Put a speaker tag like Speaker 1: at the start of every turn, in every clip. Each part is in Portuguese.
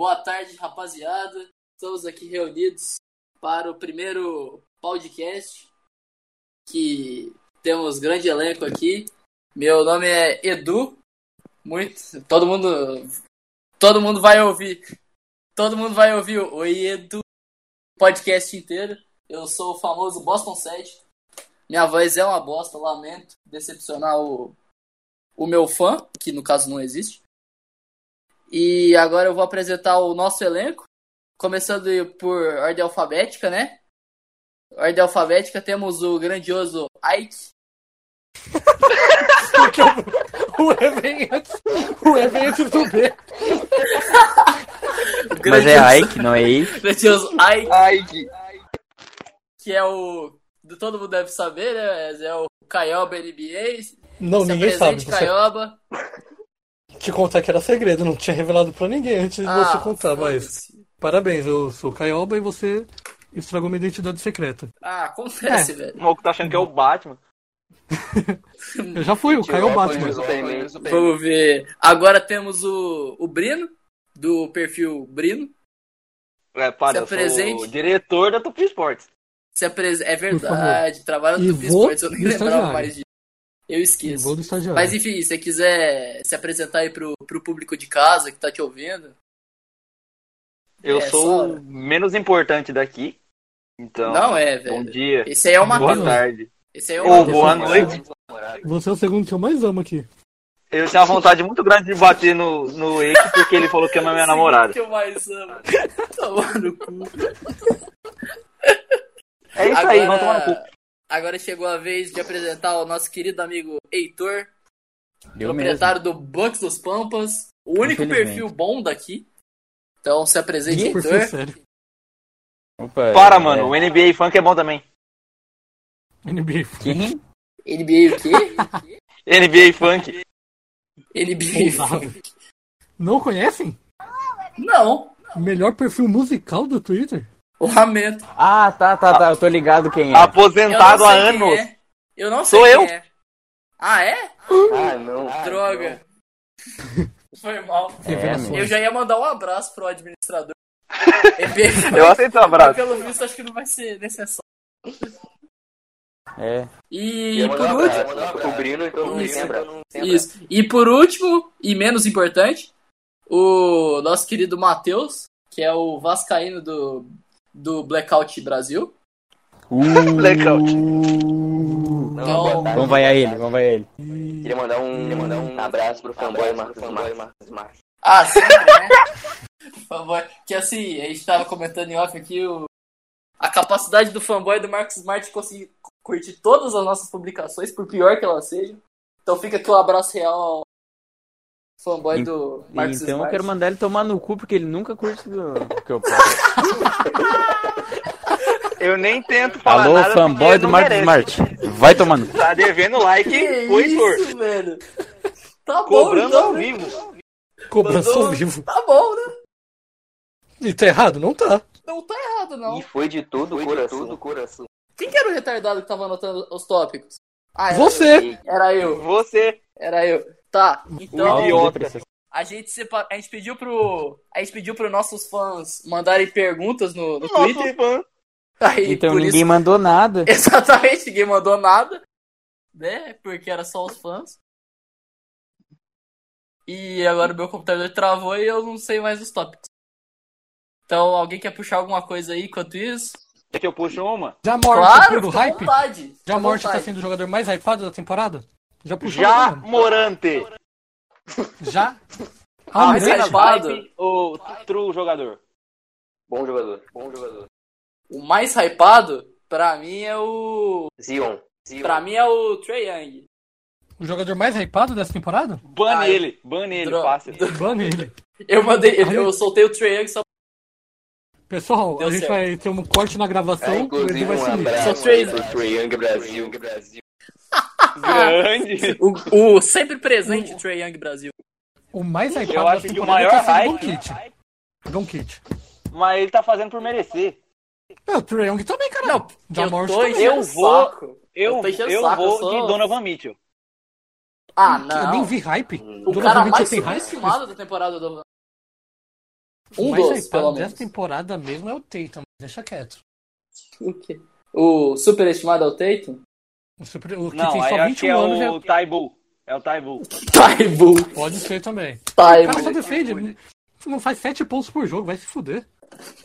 Speaker 1: Boa tarde, rapaziada. Estamos aqui reunidos para o primeiro podcast que temos grande elenco aqui. Meu nome é Edu. Muito, todo mundo todo mundo vai ouvir. Todo mundo vai ouvir o Oi Edu podcast inteiro. Eu sou o famoso Boston 7. Minha voz é uma bosta, lamento decepcionar o, o meu fã, que no caso não existe. E agora eu vou apresentar o nosso elenco, começando por ordem alfabética, né? Ordem alfabética temos o grandioso Ike.
Speaker 2: O evento, o evento do B.
Speaker 3: Mas é Ike, não é Ike?
Speaker 1: Grandioso Ike,
Speaker 4: Ai, que...
Speaker 1: que é o. Todo mundo deve saber, né? Mas É o Caioba NBA.
Speaker 2: Não,
Speaker 1: Se
Speaker 2: ninguém sabe.
Speaker 1: apresente,
Speaker 2: Você
Speaker 1: Caioba.
Speaker 2: te contar que era segredo, não tinha revelado pra ninguém antes de
Speaker 1: Ah,
Speaker 2: você contar, mas
Speaker 1: foda-se.
Speaker 2: parabéns, eu sou Caioba e você estragou minha identidade secreta.
Speaker 1: Ah, acontece, velho.
Speaker 4: O maluco tá achando que é o Batman. É,
Speaker 2: Eu já fui, o Caio Batman.
Speaker 1: Vamos ver. Agora temos o, o Brino, do perfil Brino.
Speaker 4: É, para, eu
Speaker 1: Se
Speaker 4: sou
Speaker 1: apresente.
Speaker 4: o diretor da Tupi Sports.
Speaker 1: Se apres... É
Speaker 2: Por
Speaker 1: verdade, trabalha no
Speaker 2: E
Speaker 1: Tupi
Speaker 2: vou
Speaker 1: Sports, eu nem
Speaker 2: do
Speaker 1: lembrava
Speaker 2: estagiário.
Speaker 1: mais disso. Eu
Speaker 2: Eu Vou
Speaker 1: esqueço.
Speaker 2: do estagiário.
Speaker 1: Mas enfim, se você quiser se apresentar aí pro, pro público de casa que tá te ouvindo.
Speaker 4: Eu
Speaker 1: É,
Speaker 4: sou
Speaker 1: só-
Speaker 4: o menos importante daqui. Então,
Speaker 1: Não é,
Speaker 4: bom
Speaker 1: velho.
Speaker 4: dia,
Speaker 1: Esse aí é uma
Speaker 4: boa
Speaker 2: coisa.
Speaker 4: tarde.
Speaker 1: Esse aí é
Speaker 4: Ou
Speaker 1: uma
Speaker 4: boa
Speaker 2: Deus.
Speaker 4: noite.
Speaker 2: Você é o segundo que eu mais amo aqui.
Speaker 4: Eu tenho uma vontade muito grande de bater no, no Eike porque ele falou que é minha namorada.
Speaker 1: que eu mais amo. Tomar no cu.
Speaker 4: É isso aí, vamos tomar no cu.
Speaker 1: agora chegou a vez de apresentar o nosso querido amigo Heitor,
Speaker 3: Eu mesmo.
Speaker 1: proprietário do Bucks dos Pampas, o único
Speaker 3: Infelizmente.
Speaker 1: perfil bom daqui. Então se apresente,
Speaker 2: Por
Speaker 1: Heitor.
Speaker 2: ser sério.
Speaker 3: Opa,
Speaker 4: Para,
Speaker 3: é-
Speaker 4: mano, o NBA Funk é bom também.
Speaker 2: NBA.
Speaker 3: é, Quem?
Speaker 1: NBA o quê?
Speaker 4: NBA Funk.
Speaker 1: NBA.
Speaker 2: Não conhecem?
Speaker 1: Não,
Speaker 2: Melhor perfil musical do Twitter?
Speaker 1: lamento.
Speaker 3: Ah, tá, tá, tá. Eu tô ligado quem é.
Speaker 4: Aposentado há
Speaker 1: eu não sei quem
Speaker 4: anos.
Speaker 1: É. Eu não sei
Speaker 4: Sou
Speaker 1: quem
Speaker 4: eu.
Speaker 1: é. Ah, é?
Speaker 3: Ah, não.
Speaker 1: Droga. Foi mal.
Speaker 3: É,
Speaker 1: Eu já ia mandar um abraço pro administrador. NBA,
Speaker 4: Eu aceito o abraço.
Speaker 1: Pelo visto, acho que não vai ser necessário.
Speaker 3: é.
Speaker 1: E
Speaker 5: Eu
Speaker 1: por
Speaker 5: mandei um abraço,
Speaker 1: último,
Speaker 5: eu mandei um abraço. O Brino, então não
Speaker 1: Isso.
Speaker 5: lembra.
Speaker 1: isso. E por último, e menos importante, o nosso querido Matheus, que é o vascaíno do, do Blackout Brasil.
Speaker 3: Uh,
Speaker 4: Blackout.
Speaker 5: Não,
Speaker 1: Então-
Speaker 5: boa tarde.
Speaker 3: Vamos vai a ele, vamos vai a ele.
Speaker 5: Queria mandar um, queria mandar um abraço pro fanboy Marcos Marcos Marcos.
Speaker 1: Ah, sim, né? Por favor. Que assim, a gente tava comentando em off aqui o... a capacidade do fanboy do Marcos Smart de conseguir curtir todas as nossas publicações, por pior que elas sejam. Então fica aqui o abraço real ao fanboy
Speaker 3: En-
Speaker 1: do Marcos
Speaker 3: então eu
Speaker 1: Smart.
Speaker 3: quero mandar ele tomar no cu porque ele nunca curte do o que eu faço.
Speaker 4: Eu nem tento falar
Speaker 3: Alô,
Speaker 4: nada porque
Speaker 3: fanboy
Speaker 4: eu
Speaker 3: do
Speaker 4: não
Speaker 3: Marcos
Speaker 4: mereço.
Speaker 3: Smart. Vai tomar no cu.
Speaker 4: Tá devendo like,
Speaker 1: Que
Speaker 4: o Heitor.
Speaker 1: isso, velho? Tá bom,
Speaker 4: Cobrando
Speaker 1: então,
Speaker 4: ao
Speaker 1: né?
Speaker 4: vivo.
Speaker 2: Cobrança
Speaker 1: Mandou-
Speaker 2: ao vivo.
Speaker 1: Tá bom, né?
Speaker 2: E tá errado? Não tá.
Speaker 1: Não tá errado, não.
Speaker 5: E foi de todo o coração. Todo coração.
Speaker 1: Quem que era o retardado que tava anotando os tópicos? Ah, era
Speaker 2: Você!
Speaker 1: Eu. Era eu,
Speaker 4: Você.
Speaker 1: era eu. Tá, então
Speaker 4: Idiota.
Speaker 1: a gente, separa... a gente pediu pro. A gente pediu pros nossos fãs mandarem perguntas no, no Twitter.
Speaker 4: Nosso fã.
Speaker 1: Aí,
Speaker 3: Então
Speaker 1: por
Speaker 3: ninguém
Speaker 1: isso...
Speaker 3: mandou nada.
Speaker 1: Exatamente, ninguém mandou nada. Né? Porque era só os fãs. E agora o meu computador travou e eu não sei mais os tópicos. Então, alguém quer puxar alguma coisa aí enquanto isso?
Speaker 4: Quer que eu puxo uma?
Speaker 2: Já morte
Speaker 1: Claro, tá.
Speaker 2: do
Speaker 1: fica à
Speaker 2: hype?
Speaker 1: vontade. fica
Speaker 2: Já
Speaker 1: à
Speaker 2: morte tá
Speaker 1: vontade.
Speaker 2: sendo o jogador mais hypado da temporada? Já puxou?
Speaker 4: Já
Speaker 2: né?
Speaker 4: Morante.
Speaker 2: Já?
Speaker 1: Ah,
Speaker 2: Almeida?
Speaker 1: mas Hypado.
Speaker 4: Hype ou true jogador?
Speaker 5: Bom jogador. Bom jogador.
Speaker 1: O mais hypado, pra mim, é o.
Speaker 5: Zion. Zion.
Speaker 1: Pra mim é o Trae Young.
Speaker 2: O jogador mais hypado dessa temporada?
Speaker 4: Ban
Speaker 1: Ah,
Speaker 4: ele. Ban ele,
Speaker 1: Dro-
Speaker 4: fácil.
Speaker 2: Bane ele.
Speaker 1: Eu mandei. Eu, eu soltei o Trae Young só.
Speaker 2: Pessoal,
Speaker 1: Deu
Speaker 2: a gente
Speaker 1: certo.
Speaker 2: vai ter um corte na gravação.
Speaker 5: Ah,
Speaker 2: o
Speaker 5: inclusive
Speaker 2: Edu vai
Speaker 5: um
Speaker 2: se-
Speaker 5: abraço
Speaker 1: Só três.
Speaker 5: pro Trae Young Brasil. Brasil.
Speaker 4: Grande.
Speaker 1: O, o sempre presente Trae Young Brasil.
Speaker 2: O mais hypado
Speaker 4: Eu acho
Speaker 2: da
Speaker 4: que o
Speaker 2: temporada
Speaker 4: maior
Speaker 2: tá sendo Don
Speaker 4: hype.
Speaker 2: Kit. Don Kit.
Speaker 4: Mas ele tá fazendo por merecer.
Speaker 2: É, o Trae Young também, cara.
Speaker 1: Não,
Speaker 2: já
Speaker 1: eu
Speaker 2: morte
Speaker 1: tô
Speaker 2: também.
Speaker 1: enchendo
Speaker 4: Eu
Speaker 1: o
Speaker 4: vou-
Speaker 1: saco. Eu
Speaker 4: Eu,
Speaker 1: tô enchendo
Speaker 4: eu,
Speaker 1: o saco,
Speaker 4: vou
Speaker 1: eu sou-
Speaker 4: de Donovan Mitchell.
Speaker 1: Ah,
Speaker 2: Eu nem
Speaker 1: não.
Speaker 2: vi hype.
Speaker 1: O
Speaker 2: Donovan
Speaker 1: cara
Speaker 2: Mitchell
Speaker 1: mais
Speaker 2: tem hype?
Speaker 1: subestimado da temporada do. Um
Speaker 2: Mas
Speaker 1: dos,
Speaker 2: aí,
Speaker 1: pelo
Speaker 2: pelo
Speaker 1: menos.
Speaker 2: dessa temporada mesmo é o Tatum, deixa quieto.
Speaker 1: O quê? O superestimado é o Tatum?
Speaker 2: O, super- o que
Speaker 4: Não,
Speaker 2: tem
Speaker 4: aí
Speaker 2: só
Speaker 4: eu acho
Speaker 2: 21
Speaker 4: que
Speaker 1: um
Speaker 4: é
Speaker 2: anos
Speaker 1: né?
Speaker 4: o Taibu. É o Taibu.
Speaker 1: Taibo,
Speaker 2: já pode ser também. O cara só
Speaker 1: Taibo.
Speaker 2: defende, né? ele não faz 7 pontos por jogo, vai se fuder.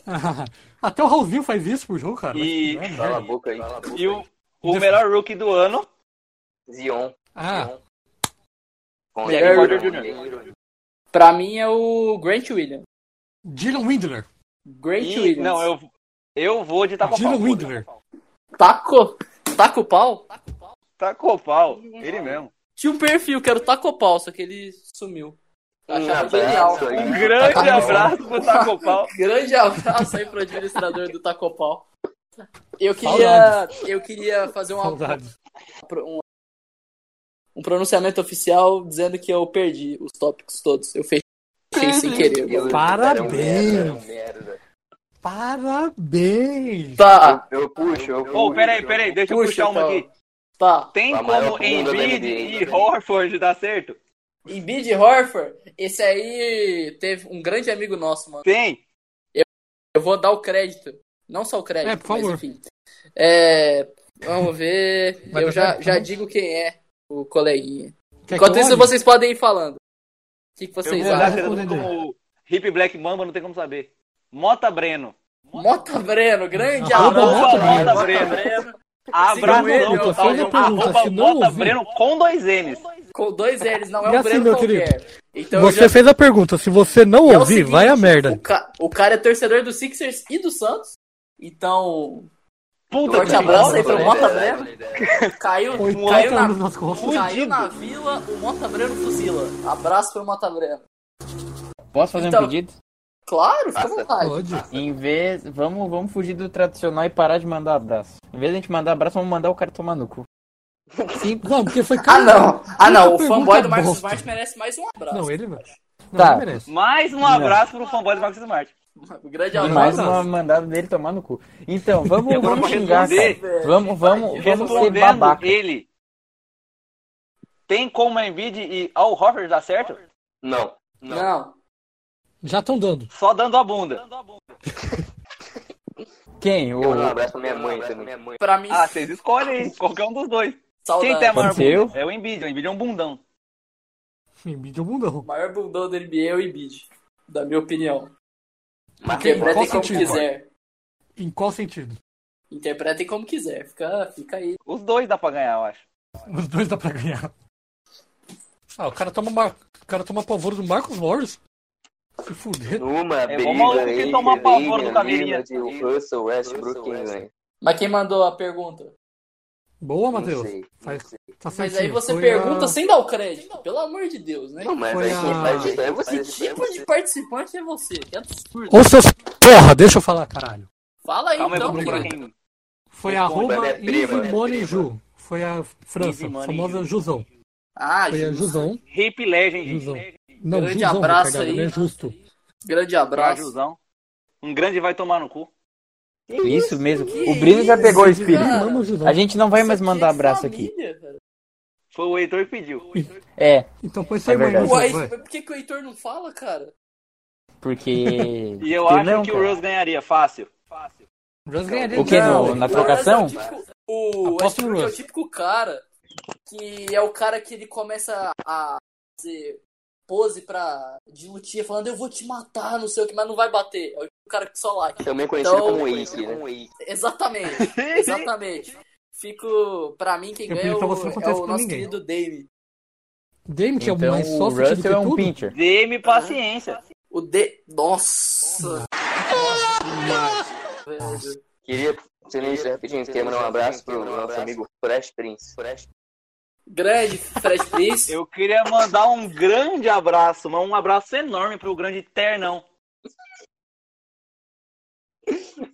Speaker 2: Até o Raulzinho faz isso por jogo, cara. vai se
Speaker 4: E-
Speaker 2: fuder, é velho.
Speaker 5: Cala a boca aí. Cala a boca
Speaker 4: E o,
Speaker 5: aí.
Speaker 4: o melhor rookie do ano,
Speaker 5: Zion.
Speaker 2: Ah,
Speaker 5: Zion. Com
Speaker 1: Melhor
Speaker 5: Zion,
Speaker 4: jogador
Speaker 5: Zion.
Speaker 1: Pra mim é o Grant Williams.
Speaker 2: Dylan Windler.
Speaker 1: Grant
Speaker 4: E,
Speaker 1: Williams.
Speaker 4: não, é eu, eu vou de tapa
Speaker 2: Dylan
Speaker 4: pau.
Speaker 2: Windler.
Speaker 1: Taco? Taco pau?
Speaker 4: Tacou pau. Ele mesmo.
Speaker 1: Tinha um perfil que era o Taco pau, só que ele sumiu. Eu
Speaker 5: Um
Speaker 1: achava genial.
Speaker 5: abraço aí.
Speaker 4: Um grande
Speaker 2: Tacou pau.
Speaker 4: abraço pro Tacou pau.
Speaker 1: Grande abraço aí pro administrador do Taco pau. Eu queria, eu queria fazer uma,
Speaker 2: Saudades.
Speaker 1: pro- um, um pronunciamento oficial dizendo que eu perdi os tópicos todos. Eu
Speaker 4: É,
Speaker 1: fechei sem querer.
Speaker 5: Eu-
Speaker 2: Parabéns.
Speaker 5: era um merda.
Speaker 2: Parabéns!
Speaker 1: Tá,
Speaker 5: Eu puxo, eu puxo.
Speaker 4: Ô, peraí, peraí, deixa eu
Speaker 1: Puxa,
Speaker 4: puxar uma
Speaker 1: Paulo.
Speaker 4: aqui.
Speaker 1: tá.
Speaker 4: Tem
Speaker 5: A maior
Speaker 4: como
Speaker 5: bunda da
Speaker 4: Embiid
Speaker 5: NBA,
Speaker 4: e
Speaker 5: né?
Speaker 4: Horford dar certo?
Speaker 1: Embiid e Horford, esse aí teve um grande amigo nosso, mano.
Speaker 4: Tem.
Speaker 1: Eu vou dar o crédito. Não só o crédito,
Speaker 2: É, por favor.
Speaker 1: mas enfim. É, vamos ver.
Speaker 2: Vai né?
Speaker 1: eu já,
Speaker 2: pegar?
Speaker 1: já digo quem é o coleguinha.
Speaker 2: Quer que
Speaker 1: Enquanto
Speaker 2: eu
Speaker 1: isso,
Speaker 2: olhe?
Speaker 1: vocês podem ir falando. O que, que
Speaker 4: Eu
Speaker 1: vocês
Speaker 4: vou dar
Speaker 1: acham?
Speaker 4: certo como Hip Black Mamba, não tem como saber. Mota Breno.
Speaker 1: Mota Breno, grande
Speaker 2: Arroba
Speaker 1: abraço.
Speaker 2: Mota
Speaker 1: Mota
Speaker 4: Breno.
Speaker 1: Breno.
Speaker 4: Abraço
Speaker 1: ele,
Speaker 4: não,
Speaker 2: eu
Speaker 4: tá?
Speaker 2: fiz a pergunta,
Speaker 4: Arroba
Speaker 2: se não
Speaker 4: Mota
Speaker 2: ouvir-
Speaker 4: Breno com dois N's.
Speaker 1: Com dois L's, não é
Speaker 2: E
Speaker 1: um
Speaker 2: assim,
Speaker 1: Breno
Speaker 2: meu
Speaker 1: qualquer. Então eu
Speaker 2: Você
Speaker 1: já-
Speaker 2: fez a pergunta, se você não
Speaker 1: E é o
Speaker 2: ouvir,
Speaker 1: seguinte,
Speaker 2: vai a merda.
Speaker 1: O, ca- o cara é torcedor do Sixers e do Santos. Então,
Speaker 4: Puta
Speaker 1: Forte
Speaker 4: que
Speaker 1: abraço aí pro
Speaker 4: pariu.
Speaker 1: Mota Breno. caiu, caiu
Speaker 2: 80
Speaker 1: na
Speaker 2: anos nas costas.
Speaker 1: Caiu na vila, o Mota Breno fuzila. Abraço pro Mota Breno.
Speaker 6: Posso fazer
Speaker 1: Então-
Speaker 6: um pedido?
Speaker 1: Claro, fica à
Speaker 5: Nossa,
Speaker 1: vontade.
Speaker 2: Pode.
Speaker 6: Em vez. Vamos, vamos fugir do tradicional e parar de mandar abraço. Em vez de a gente mandar abraço, vamos mandar o cara tomar no cu. Sim,
Speaker 2: Não, porque foi
Speaker 1: Ah,
Speaker 2: cara.
Speaker 1: não. Ah, não. O
Speaker 2: Pergunta
Speaker 1: fanboy do Marcos
Speaker 2: bosta.
Speaker 1: Smart merece mais um abraço.
Speaker 2: Não, ele não. Não,
Speaker 6: Tá.
Speaker 2: ele merece.
Speaker 4: Mais um abraço pro fanboy do Max Smart.
Speaker 1: Um grande
Speaker 6: mais
Speaker 1: abraço.
Speaker 6: uma mandada dele tomar no cu. Então, vamos,
Speaker 4: Eu vou
Speaker 6: vamos xingar,
Speaker 4: responder.
Speaker 6: cara. Vamos, vamos, vamos ser
Speaker 4: Respondendo
Speaker 6: babaca.
Speaker 4: ele. Tem como Embiid e Al Horford dar certo?
Speaker 5: Não. Não.
Speaker 1: Não.
Speaker 2: Já estão dando.
Speaker 4: Só dando a bunda.
Speaker 6: Quem?
Speaker 5: Eu mando um
Speaker 6: O...
Speaker 5: abraço pra minha mãe também.
Speaker 1: Pra mim,
Speaker 4: Ah, vocês escolhem, hein? qualquer um dos dois. Quem
Speaker 1: saudade.
Speaker 4: tem a maior
Speaker 6: Pode ser
Speaker 4: bunda? É o Embiid, o Embiid é um bundão.
Speaker 2: Embiid é um mundão.
Speaker 1: O maior bundão do NBA é o Embiid. Da minha opinião.
Speaker 5: Mas
Speaker 2: Quem?
Speaker 1: Interpretem
Speaker 2: Qual
Speaker 1: como
Speaker 2: sentido?
Speaker 1: quiser.
Speaker 2: Em qual sentido?
Speaker 1: Interpretem como quiser. Fica, fica aí.
Speaker 4: Os dois dá pra ganhar, eu acho.
Speaker 2: Os dois dá pra ganhar. Ah, o cara toma, mar... o cara toma pavor do Marcos Morris. Se fuder.
Speaker 5: Numa
Speaker 4: bom,
Speaker 5: briga
Speaker 4: maluco, quem
Speaker 5: entre
Speaker 4: toma pavor do
Speaker 5: Damian
Speaker 4: Caveirinha?
Speaker 5: Lillard e o Russell Westbrook, quem ganha?
Speaker 1: Mas quem mandou a pergunta?
Speaker 2: Boa,
Speaker 5: Não
Speaker 2: Matheus.
Speaker 5: sei, não
Speaker 2: Faz-
Speaker 5: sei.
Speaker 2: Tá
Speaker 1: Mas
Speaker 2: certinho.
Speaker 1: aí você
Speaker 2: Foi
Speaker 1: pergunta
Speaker 2: a-
Speaker 1: sem dar o crédito. Pelo amor de Deus, né?
Speaker 5: Não, mas
Speaker 2: Foi
Speaker 5: aí quem
Speaker 2: a-
Speaker 5: faz isso aí é você.
Speaker 1: Que tipo de participante é você? Que absurdo.
Speaker 2: Ô, seus porra, deixa eu falar, caralho.
Speaker 1: Fala aí,
Speaker 4: Calma, eu
Speaker 1: então.
Speaker 4: vou procurar
Speaker 1: cara.
Speaker 4: quem.
Speaker 2: Foi
Speaker 4: Desculpa,
Speaker 2: arroba
Speaker 5: é prima,
Speaker 2: Easy
Speaker 6: né?
Speaker 5: é
Speaker 2: Money
Speaker 5: prima.
Speaker 2: Ju. Foi a França,
Speaker 4: Easy Money
Speaker 2: famosa
Speaker 4: Ju.
Speaker 2: Jusão.
Speaker 1: Ah,
Speaker 2: Foi a
Speaker 1: Ju.
Speaker 2: Jusão.
Speaker 4: Hip Legend.
Speaker 2: Jusão. Não,
Speaker 1: Grande
Speaker 2: Jusão,
Speaker 1: abraço
Speaker 2: retardado,
Speaker 1: aí.
Speaker 2: não é justo.
Speaker 1: Grande abraço.
Speaker 4: Brasilzão. Um grande vai tomar no cu.
Speaker 6: Isso mesmo.
Speaker 1: Que
Speaker 6: O Brino já
Speaker 1: isso,
Speaker 6: pegou o
Speaker 1: cara?
Speaker 6: espírito.
Speaker 2: Mama Jusão.
Speaker 6: A gente não vai mais mandar
Speaker 1: é
Speaker 6: abraço aqui.
Speaker 1: aqui.
Speaker 4: Foi o Heitor que pediu.
Speaker 6: É,
Speaker 2: Então põe seu
Speaker 6: É verdade.
Speaker 2: irmão, vai.
Speaker 1: por que, que o Heitor não fala, cara?
Speaker 6: porque.
Speaker 4: E eu
Speaker 6: porque
Speaker 4: acho
Speaker 6: não,
Speaker 4: que
Speaker 6: cara.
Speaker 4: o Rose ganharia, fácil. Fácil.
Speaker 2: Russ ganharia
Speaker 6: O que?
Speaker 2: não,
Speaker 6: No, na
Speaker 1: O Russ é
Speaker 6: trocação?
Speaker 1: o típico- O
Speaker 2: Aposto
Speaker 1: Westbrook
Speaker 2: no
Speaker 1: é o
Speaker 2: Russ.
Speaker 1: típico cara que é o cara que ele começa a fazer pose pra de lutinha, falando eu vou te matar, não sei o que, mas não vai bater. É o típico cara que só like.
Speaker 5: Também conhecido
Speaker 1: Então-
Speaker 5: como Wake, né?
Speaker 1: Exatamente, exatamente. Fico, pra mim, quem
Speaker 2: Eu
Speaker 1: ganha
Speaker 2: pedi
Speaker 1: é o,
Speaker 2: pra você não contar
Speaker 1: é
Speaker 2: isso
Speaker 1: o
Speaker 2: pra
Speaker 1: nosso
Speaker 2: ninguém.
Speaker 1: querido Dame.
Speaker 2: Dame, que é o
Speaker 6: Então,
Speaker 2: mais
Speaker 6: o
Speaker 2: sócio do que
Speaker 6: Russell é um
Speaker 2: tudo.
Speaker 6: pincher.
Speaker 4: Dê-me paciência.
Speaker 1: O D. Nossa!
Speaker 5: Queria, você me disse rapidinho, queria mandar um abraço pro nosso amigo Fresh Prince.
Speaker 1: Grande Fred Prince.
Speaker 4: Eu queria mandar um grande abraço, mas um abraço enorme pro grande Ternão.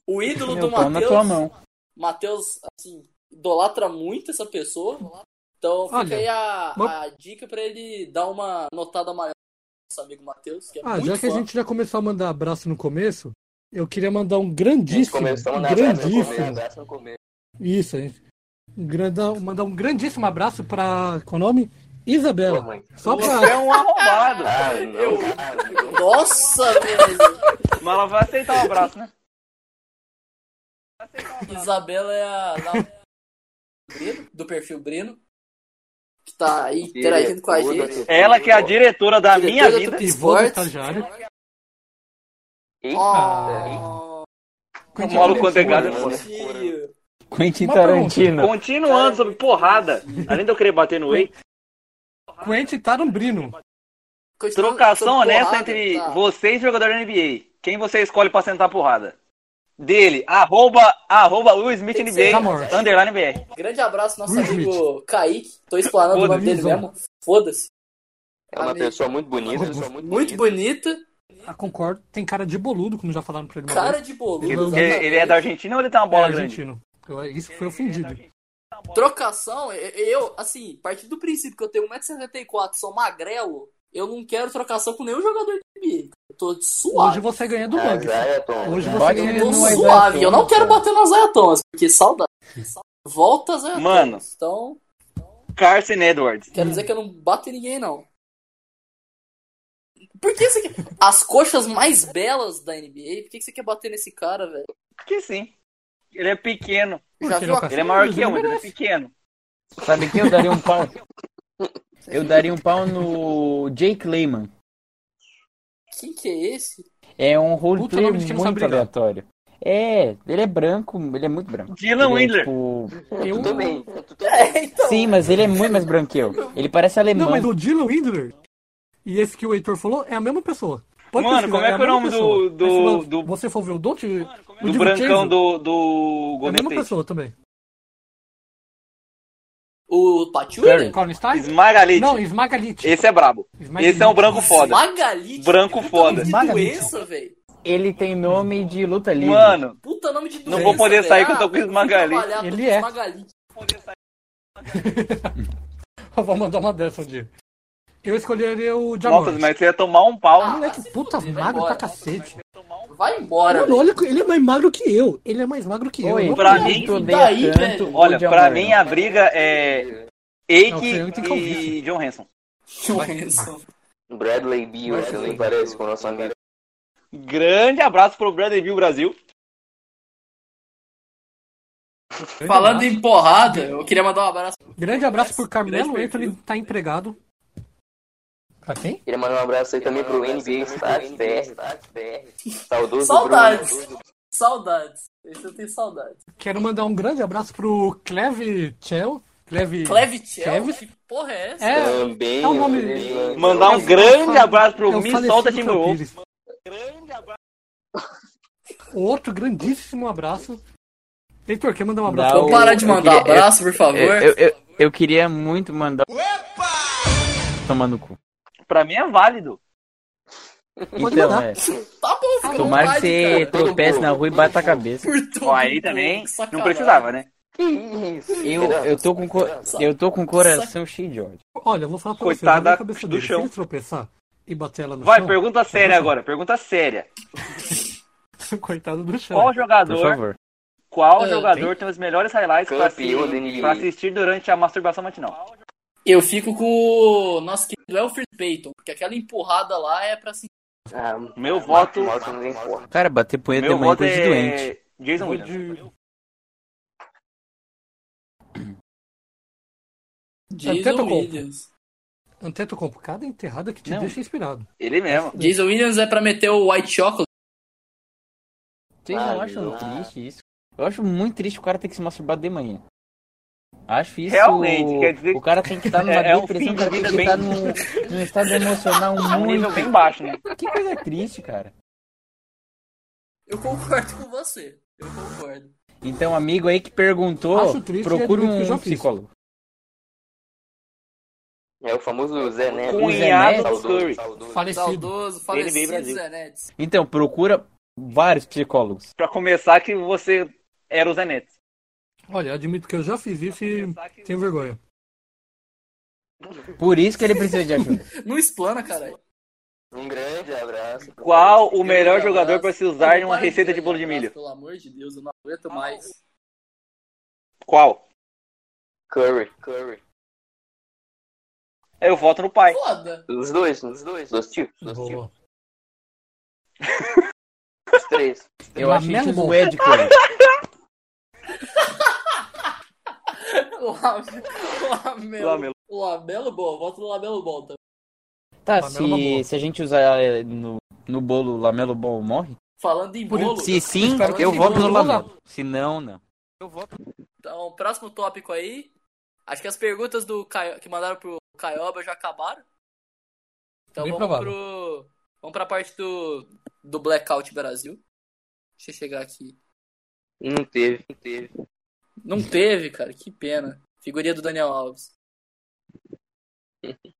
Speaker 1: O ídolo
Speaker 6: Eu
Speaker 1: do
Speaker 6: tô na tua
Speaker 1: Matheus.
Speaker 6: mão.
Speaker 1: Matheus, assim, idolatra muito essa pessoa. Então fica
Speaker 2: Olha,
Speaker 1: aí a,
Speaker 2: uma-
Speaker 1: a dica pra ele dar uma notada maior pro nosso amigo Matheus, que é
Speaker 2: Ah,
Speaker 1: muito
Speaker 2: já que a
Speaker 1: fã.
Speaker 2: gente já começou a mandar abraço no começo, eu queria mandar um grandíssimo,
Speaker 5: começou a
Speaker 2: um
Speaker 5: mandar abraço no começo, né?
Speaker 2: grandíssimo,
Speaker 5: abraço no começo.
Speaker 2: isso, gente. Um grandão- mandar um grandíssimo abraço pra, qual o nome?
Speaker 5: Pô,
Speaker 2: Isabela.
Speaker 5: mãe.
Speaker 2: Só
Speaker 4: Você é
Speaker 2: pra,
Speaker 4: um arrombado.
Speaker 5: Ah, não, cara, não.
Speaker 1: Nossa, velho!
Speaker 4: Mas ela vai aceitar um abraço, né? Vai aceitar um abraço.
Speaker 1: Isabela é a namorada do Brino, do perfil Brino, que tá aí interagindo
Speaker 5: né?
Speaker 1: com a
Speaker 5: assim.
Speaker 1: gente.
Speaker 4: Ela que é a diretora da minha
Speaker 1: Diretora do
Speaker 4: vida.
Speaker 2: Pivô do
Speaker 1: Pisports.
Speaker 2: estagiário.
Speaker 1: Oh,
Speaker 2: Quentin Tarantino.
Speaker 4: Mauro
Speaker 5: né?
Speaker 4: Condegado.
Speaker 1: tio.
Speaker 6: Quentin
Speaker 2: Uma
Speaker 6: Tarantino.
Speaker 4: Continuando sobre porrada, além de eu querer bater no Wake,
Speaker 2: Quentin Tarumbrino.
Speaker 1: Continua-
Speaker 4: trocação
Speaker 1: porrada,
Speaker 4: honesta entre
Speaker 1: tá.
Speaker 4: você e jogador da NBA. Quem você escolhe pra sentar a porrada? Dele, arroba, arroba Will Smith
Speaker 1: Tem que ser
Speaker 2: Tá
Speaker 4: NBA, underline BR.
Speaker 1: Grande abraço, nosso
Speaker 2: Will
Speaker 1: amigo Kaique. Tô explanando o nome dele
Speaker 2: Bonizão.
Speaker 1: mesmo. Foda-se.
Speaker 5: É uma
Speaker 1: Amigo.
Speaker 5: pessoa muito bonita.
Speaker 2: Muito
Speaker 1: Muito bonita,
Speaker 2: Ah, concordo. Tem cara de boludo, como já falaram pra ele. uma vez.
Speaker 1: cara de boludo.
Speaker 4: Ele,
Speaker 1: exatamente.
Speaker 4: ele é da Argentina ou ele tem uma bola
Speaker 2: é
Speaker 4: grande?
Speaker 2: argentino. é Eu- isso foi ofendido.
Speaker 1: Trocação, e- eu, assim, a partir do princípio que eu tenho 1,74m, sou magrelo, eu não quero trocação com nenhum jogador de NBA. Eu tô suave.
Speaker 2: Hoje você ganha do
Speaker 5: Ah,
Speaker 2: Bugs.
Speaker 5: Zaya Thomas.
Speaker 2: Hoje você
Speaker 6: Bota
Speaker 2: ganha
Speaker 6: ele
Speaker 2: do
Speaker 1: Tô
Speaker 6: no
Speaker 2: Bugs.
Speaker 6: Isaiah
Speaker 1: suave. Eu não
Speaker 6: Thomas,
Speaker 1: quero
Speaker 6: cara.
Speaker 1: bater no Isaiah Thomas, porque saudade. Volta, Isaiah Thomas.
Speaker 4: Mano,
Speaker 1: Então,
Speaker 4: Carson Edwards.
Speaker 1: quero dizer que eu não bato em ninguém, não. Por que você quer... As coxas mais belas da NBA, por que que você quer bater nesse cara, velho?
Speaker 4: Que sim. Ele é pequeno.
Speaker 2: Por
Speaker 1: Já
Speaker 2: que
Speaker 1: viu
Speaker 2: não,
Speaker 1: a-
Speaker 2: cara?
Speaker 4: Ele é maior
Speaker 2: Mas
Speaker 4: que eu,
Speaker 2: não
Speaker 4: mas ele é
Speaker 2: merece.
Speaker 4: pequeno.
Speaker 6: Sabe quem eu daria um pau? Eu daria um pau no Jake Lehman.
Speaker 1: Quem que é esse?
Speaker 6: É um
Speaker 2: Puta, o
Speaker 6: roleplay
Speaker 2: nome de quem não sabe
Speaker 6: muito
Speaker 2: brigar.
Speaker 6: aleatório. É, ele é branco, ele é muito branco.
Speaker 4: Dylan
Speaker 6: Ele é,
Speaker 4: Windler.
Speaker 6: tipo,
Speaker 2: Eu-
Speaker 5: Tudo bem. Tudo bem.
Speaker 1: É, então.
Speaker 6: Sim, mas ele é muito mais branco que eu. Ele parece alemão.
Speaker 2: Não, mas o Dylan Windler e esse que o Heitor falou é a mesma pessoa. Pode
Speaker 4: Mano,
Speaker 2: pesquisar,
Speaker 4: como é
Speaker 2: a
Speaker 4: que é o
Speaker 2: mesma
Speaker 4: nome
Speaker 2: pessoa.
Speaker 4: do-
Speaker 2: Aí
Speaker 4: do-
Speaker 2: se
Speaker 4: do-
Speaker 2: Você for ver o Don't... o
Speaker 4: Do
Speaker 2: Divo
Speaker 4: brancão
Speaker 2: Chaser,
Speaker 4: do, do
Speaker 2: É a
Speaker 4: Golden
Speaker 2: mesma
Speaker 4: State.
Speaker 2: pessoa também.
Speaker 1: O Pachuca?
Speaker 6: Curry.
Speaker 2: Colin Stein?
Speaker 4: Esmagalite.
Speaker 2: Não, Esmagalite.
Speaker 4: Esse é brabo.
Speaker 2: Esmagalite.
Speaker 4: Esse é um branco foda.
Speaker 1: Magalite?
Speaker 4: Branco foda.
Speaker 1: Que
Speaker 2: Magalite.
Speaker 1: doença, velho.
Speaker 6: Ele tem nome de luta livre.
Speaker 4: Mano,
Speaker 1: Puta nome de doença.
Speaker 4: Não vou poder
Speaker 1: velho.
Speaker 4: sair que eu
Speaker 1: Ah,
Speaker 4: tô com
Speaker 1: fui
Speaker 4: esmagalite.
Speaker 1: trabalhar, tô
Speaker 2: Ele
Speaker 1: com
Speaker 2: é.
Speaker 1: esmagalite.
Speaker 2: Eu vou mandar uma dessa um dia. Eu escolheria o
Speaker 4: nossa,
Speaker 2: Jamorant.
Speaker 4: mas você ia tomar um pau.
Speaker 1: Ah,
Speaker 2: Moleque,
Speaker 1: se
Speaker 2: puta
Speaker 1: fuder, vai
Speaker 2: magro pra
Speaker 1: embora.
Speaker 2: cacete.
Speaker 1: Vai embora.
Speaker 2: Mano, olha, ele é mais magro que eu. Ele é mais magro que eu.
Speaker 6: Oi,
Speaker 2: eu.
Speaker 4: Pra
Speaker 6: eu
Speaker 4: mim-
Speaker 6: te odeio
Speaker 1: Daí,
Speaker 6: tanto,
Speaker 1: velho.
Speaker 6: o
Speaker 4: Olha,
Speaker 6: John
Speaker 4: pra
Speaker 6: Moran.
Speaker 4: mim a briga é
Speaker 2: Não,
Speaker 4: Eike
Speaker 2: foi eu que
Speaker 4: e
Speaker 2: convidei.
Speaker 4: John Hanson.
Speaker 1: velho.
Speaker 5: Bradley Beal, você nem parece com o nosso amigo.
Speaker 4: Grande abraço pro Bradley Bill Brasil.
Speaker 1: Falando em porrada, eu queria mandar um abraço.
Speaker 2: Grande abraço por Carmelo
Speaker 4: Grande
Speaker 2: Anthony, tá empregado. Pra quem?
Speaker 5: Queria mandar um abraço aí também pro NBA Stats BR. Saudoso
Speaker 1: Saudades.
Speaker 5: Bruno.
Speaker 1: Saudades. Esse eu tenho saudades.
Speaker 2: Quero mandar um grande abraço pro Cleve Chell. Cleve...
Speaker 1: Cleve Chell?
Speaker 2: Cleves?
Speaker 1: Que porra é essa?
Speaker 2: É,
Speaker 5: Também.
Speaker 2: É o nome-
Speaker 5: também.
Speaker 4: Mandar um grande abraço pro
Speaker 2: Eu falecido
Speaker 4: Minnesota
Speaker 2: Cleo
Speaker 4: Timberwolves.
Speaker 2: Pires. Outro grandíssimo abraço. Heitor, quer mandar um abraço?
Speaker 6: Dá
Speaker 2: pra
Speaker 6: o-
Speaker 2: alguém?
Speaker 1: Parar de
Speaker 6: eu
Speaker 1: mandar
Speaker 6: queria-
Speaker 1: abraço, por favor.
Speaker 6: Eu, É, eu, eu, eu queria muito mandar. Opa! Tomar no cu.
Speaker 4: Pra mim é válido.
Speaker 2: Pode
Speaker 6: Então,
Speaker 2: mandar.
Speaker 6: é.
Speaker 1: Tá bom, fica à
Speaker 6: Tomara que
Speaker 1: vontade,
Speaker 6: você
Speaker 1: cara.
Speaker 6: tropece na rua e bata a cabeça.
Speaker 1: Por todo
Speaker 4: Ó, aí
Speaker 1: mundo,
Speaker 4: também
Speaker 1: que
Speaker 4: não
Speaker 1: sacanagem.
Speaker 4: precisava, né?
Speaker 6: Eu, eu, tô com, co- eu tô com o coração cheio de ódio.
Speaker 2: Olha, eu vou falar pra vocês.
Speaker 4: Coitada
Speaker 2: eu vou na cabeça
Speaker 4: do
Speaker 2: dele. Se
Speaker 4: chão.
Speaker 2: ele tropeçar e bater ela no
Speaker 4: Vai,
Speaker 2: chão...
Speaker 4: pergunta séria agora. Pergunta séria.
Speaker 2: Coitado do chão.
Speaker 4: Qual
Speaker 6: Por
Speaker 4: jogador,
Speaker 6: favor.
Speaker 4: qual
Speaker 1: Ah,
Speaker 4: jogador tem os melhores highlights pra,
Speaker 5: Campeão da
Speaker 4: assistir,
Speaker 5: NBA.
Speaker 4: pra assistir durante a masturbação matinal?
Speaker 1: Eu fico com o nosso querido Elfrid Payton, porque aquela empurrada lá é pra se.
Speaker 5: Ah,
Speaker 4: Meu voto,
Speaker 5: Morto não tem força.
Speaker 6: Cara, bater punheta é
Speaker 4: meu
Speaker 6: uma
Speaker 4: voto
Speaker 6: coisa de doente.
Speaker 4: é
Speaker 2: Eu
Speaker 4: Jason
Speaker 2: vou
Speaker 4: Williams.
Speaker 2: de- Até
Speaker 1: Jason
Speaker 2: tocou.
Speaker 1: Williams.
Speaker 2: Antetokounmpo, cada enterrada que te
Speaker 6: Não.
Speaker 2: deixa inspirado.
Speaker 4: Ele mesmo.
Speaker 1: Jason Williams é pra meter o White Chocolate.
Speaker 6: Vocês não
Speaker 5: Ah,
Speaker 6: acham
Speaker 5: não.
Speaker 6: triste isso? Eu acho muito triste o cara ter que se masturbar de manhã. Acho isso.
Speaker 4: Realmente, quer dizer
Speaker 6: O cara tem que estar numa
Speaker 4: É- é um fim
Speaker 6: depressão, o
Speaker 4: de
Speaker 6: cara tem
Speaker 4: vida
Speaker 6: que
Speaker 4: bem-
Speaker 6: estar num, num estado emocional
Speaker 4: Um nível
Speaker 6: muito.
Speaker 4: bem baixo, né?
Speaker 6: Que coisa triste, cara.
Speaker 1: Eu concordo com você. Eu concordo.
Speaker 6: Então, amigo aí que perguntou,
Speaker 2: Acho triste e
Speaker 6: procura
Speaker 2: admito que eu
Speaker 6: um
Speaker 2: já fiz.
Speaker 6: psicólogo.
Speaker 5: É o famoso Zé Neto.
Speaker 4: Cunhado do
Speaker 5: Saudoso,
Speaker 4: Curry.
Speaker 5: saudoso.
Speaker 2: Falecido.
Speaker 1: Saudoso,
Speaker 4: NBA
Speaker 1: falecido
Speaker 4: Brasil.
Speaker 1: Zé Netes.
Speaker 6: Então, procura vários psicólogos.
Speaker 4: Pra começar, que você era o Zenetti.
Speaker 2: Olha, admito que eu já fiz isso e tenho vergonha.
Speaker 6: Por isso que ele precisa de ajuda.
Speaker 1: Não explana, caralho.
Speaker 5: Um grande abraço.
Speaker 4: Qual o melhor
Speaker 1: Grande
Speaker 4: jogador
Speaker 1: abraço.
Speaker 4: pra se
Speaker 1: Eu
Speaker 4: usar
Speaker 1: não
Speaker 4: em uma
Speaker 1: paro
Speaker 4: receita de
Speaker 1: dar
Speaker 4: bolo de
Speaker 1: abraço,
Speaker 4: milho?
Speaker 1: Pelo amor de Deus, eu não aguento mais.
Speaker 4: Qual?
Speaker 5: Curry. Curry.
Speaker 4: Eu voto no pai.
Speaker 1: Foda.
Speaker 5: Os dois, os dois. Dos tipos. Dos tipos.
Speaker 2: Boa.
Speaker 4: três.
Speaker 6: Eu achei que
Speaker 2: Mamelo bom.
Speaker 6: o Ed, cara.
Speaker 1: O Lame- o Lamelo.
Speaker 4: Lamelo.
Speaker 1: O Lamelo Ball. Voto no Lamelo Ball também.
Speaker 6: Tá,
Speaker 2: Lamelo é uma boa.
Speaker 6: se, se a gente usar eh, no, no bolo Lamelo Ball morre?
Speaker 1: Falando em
Speaker 2: Por isso-
Speaker 1: bolo.
Speaker 6: Se sim,
Speaker 2: espero
Speaker 1: que
Speaker 6: eu
Speaker 1: sim,
Speaker 6: voto no
Speaker 1: vamos lá.
Speaker 6: Lamelo. Se não, não.
Speaker 1: Então, próximo tópico aí. Acho que as perguntas do Caio- que mandaram pro Caioba já acabaram. Então
Speaker 2: Bem
Speaker 1: vamos
Speaker 2: provável.
Speaker 1: pro. Vamos pra parte do, do Blackout Brasil. Deixa eu chegar aqui.
Speaker 5: Não teve, não teve.
Speaker 1: Não teve, cara, que pena. Figurinha do Daniel Alves.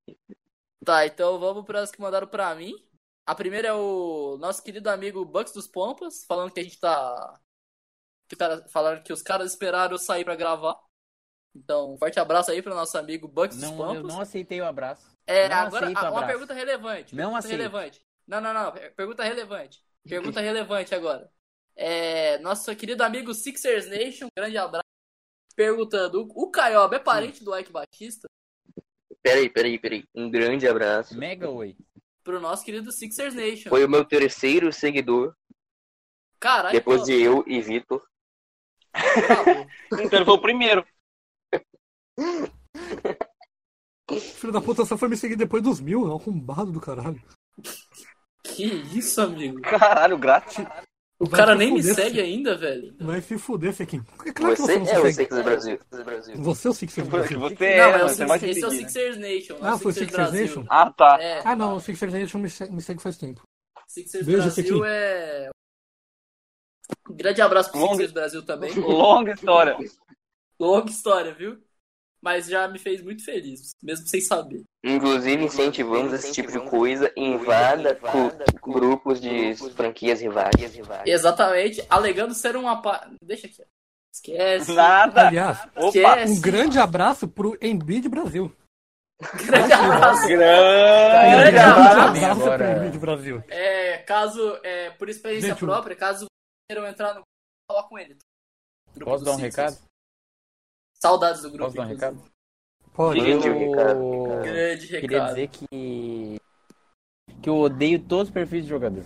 Speaker 1: tá, então vamos para as que mandaram pra mim. A primeira é o nosso querido amigo Bucks dos Pompas, falando que a gente tá. Que cara... Falaram que os caras esperaram eu sair pra gravar. Então, um forte abraço aí pro nosso amigo Bucks dos
Speaker 6: Não, eu
Speaker 1: Pompas.
Speaker 6: não aceitei o abraço.
Speaker 1: é,
Speaker 6: não
Speaker 1: agora
Speaker 6: aceito
Speaker 1: ah, uma
Speaker 6: abraço.
Speaker 1: pergunta relevante.
Speaker 6: Não
Speaker 1: pergunta
Speaker 6: aceito.
Speaker 1: relevante. Não, não, não. per- Pergunta relevante. Pergunta relevante agora. É, nosso querido amigo Sixers Nation, grande abraço. Perguntando, o Caioba é parente do Ike Batista?
Speaker 5: Peraí, peraí, peraí. Um grande abraço.
Speaker 6: Mega Way.
Speaker 1: Pro nosso querido Sixers Nation.
Speaker 5: Foi o meu terceiro seguidor,
Speaker 1: Caralho,
Speaker 5: depois
Speaker 1: pô,
Speaker 5: de eu e Vitor.
Speaker 1: bravo.
Speaker 4: Então ele foi o primeiro.
Speaker 2: Filho da puta, só foi me seguir depois dos mil, é um arrombado do caralho.
Speaker 1: Que isso, amigo?
Speaker 4: Caralho, grátis.
Speaker 1: O
Speaker 2: Vai
Speaker 1: cara
Speaker 2: se
Speaker 1: nem me
Speaker 2: fuder,
Speaker 1: segue
Speaker 2: filho.
Speaker 1: ainda, velho.
Speaker 2: Vai se fuder, Fequim. É claro que você
Speaker 5: Você
Speaker 2: não
Speaker 5: é o
Speaker 2: consegue.
Speaker 5: Sexo Brasil.
Speaker 2: Você é o Sixers
Speaker 4: Que
Speaker 2: Brasil.
Speaker 4: você
Speaker 1: não,
Speaker 4: é,
Speaker 1: é o
Speaker 4: mas você
Speaker 1: Sixers,
Speaker 4: vai te
Speaker 1: esse é o
Speaker 4: seguir, né?
Speaker 1: Sixers Nation. não é
Speaker 2: Ah,
Speaker 1: o
Speaker 2: foi o
Speaker 1: Sixers
Speaker 2: Sixers
Speaker 1: Brasil.
Speaker 2: Nation?
Speaker 4: Ah, tá.
Speaker 1: É,
Speaker 2: Ah, não, o Sixers Nation me segue, me segue um faz tempo.
Speaker 1: Sixers
Speaker 2: Veja esse
Speaker 1: Brasil é. Um grande abraço pro
Speaker 4: Longa-
Speaker 1: Sixers Brasil também.
Speaker 4: Longa história.
Speaker 1: Longa história, viu? Mas já me fez muito feliz, mesmo sem saber.
Speaker 5: Inclusive, incentivamos esse tipo de coisa. Invada cu- grupos de franquias rivais.
Speaker 1: Exatamente, alegando ser uma. Pa... Deixa aqui. ó. Esquece.
Speaker 4: Nada.
Speaker 2: Aliás,
Speaker 4: Opa.
Speaker 1: Esquece.
Speaker 2: um grande abraço pro Embiid Brasil.
Speaker 1: Grande abraço.
Speaker 4: Grande.
Speaker 1: Grande abraço.
Speaker 2: Um abraço pro
Speaker 6: Agora-
Speaker 2: Embiid Brasil.
Speaker 1: É, caso, é, por experiência
Speaker 6: um
Speaker 2: Gente, o-
Speaker 1: própria, caso queiram entrar no grupo, falar com ele. Grupo
Speaker 6: Posso
Speaker 1: do
Speaker 6: dar um
Speaker 1: Sixers.
Speaker 6: recado?
Speaker 1: Saudades do grupo.
Speaker 6: Posso dar um
Speaker 1: inclusive.
Speaker 6: recado?
Speaker 2: Pode.
Speaker 5: Grande
Speaker 6: Eu um
Speaker 5: recado, recado.
Speaker 1: Grande
Speaker 6: Queria
Speaker 1: recado.
Speaker 6: dizer que. Que eu odeio todos os perfis de jogador.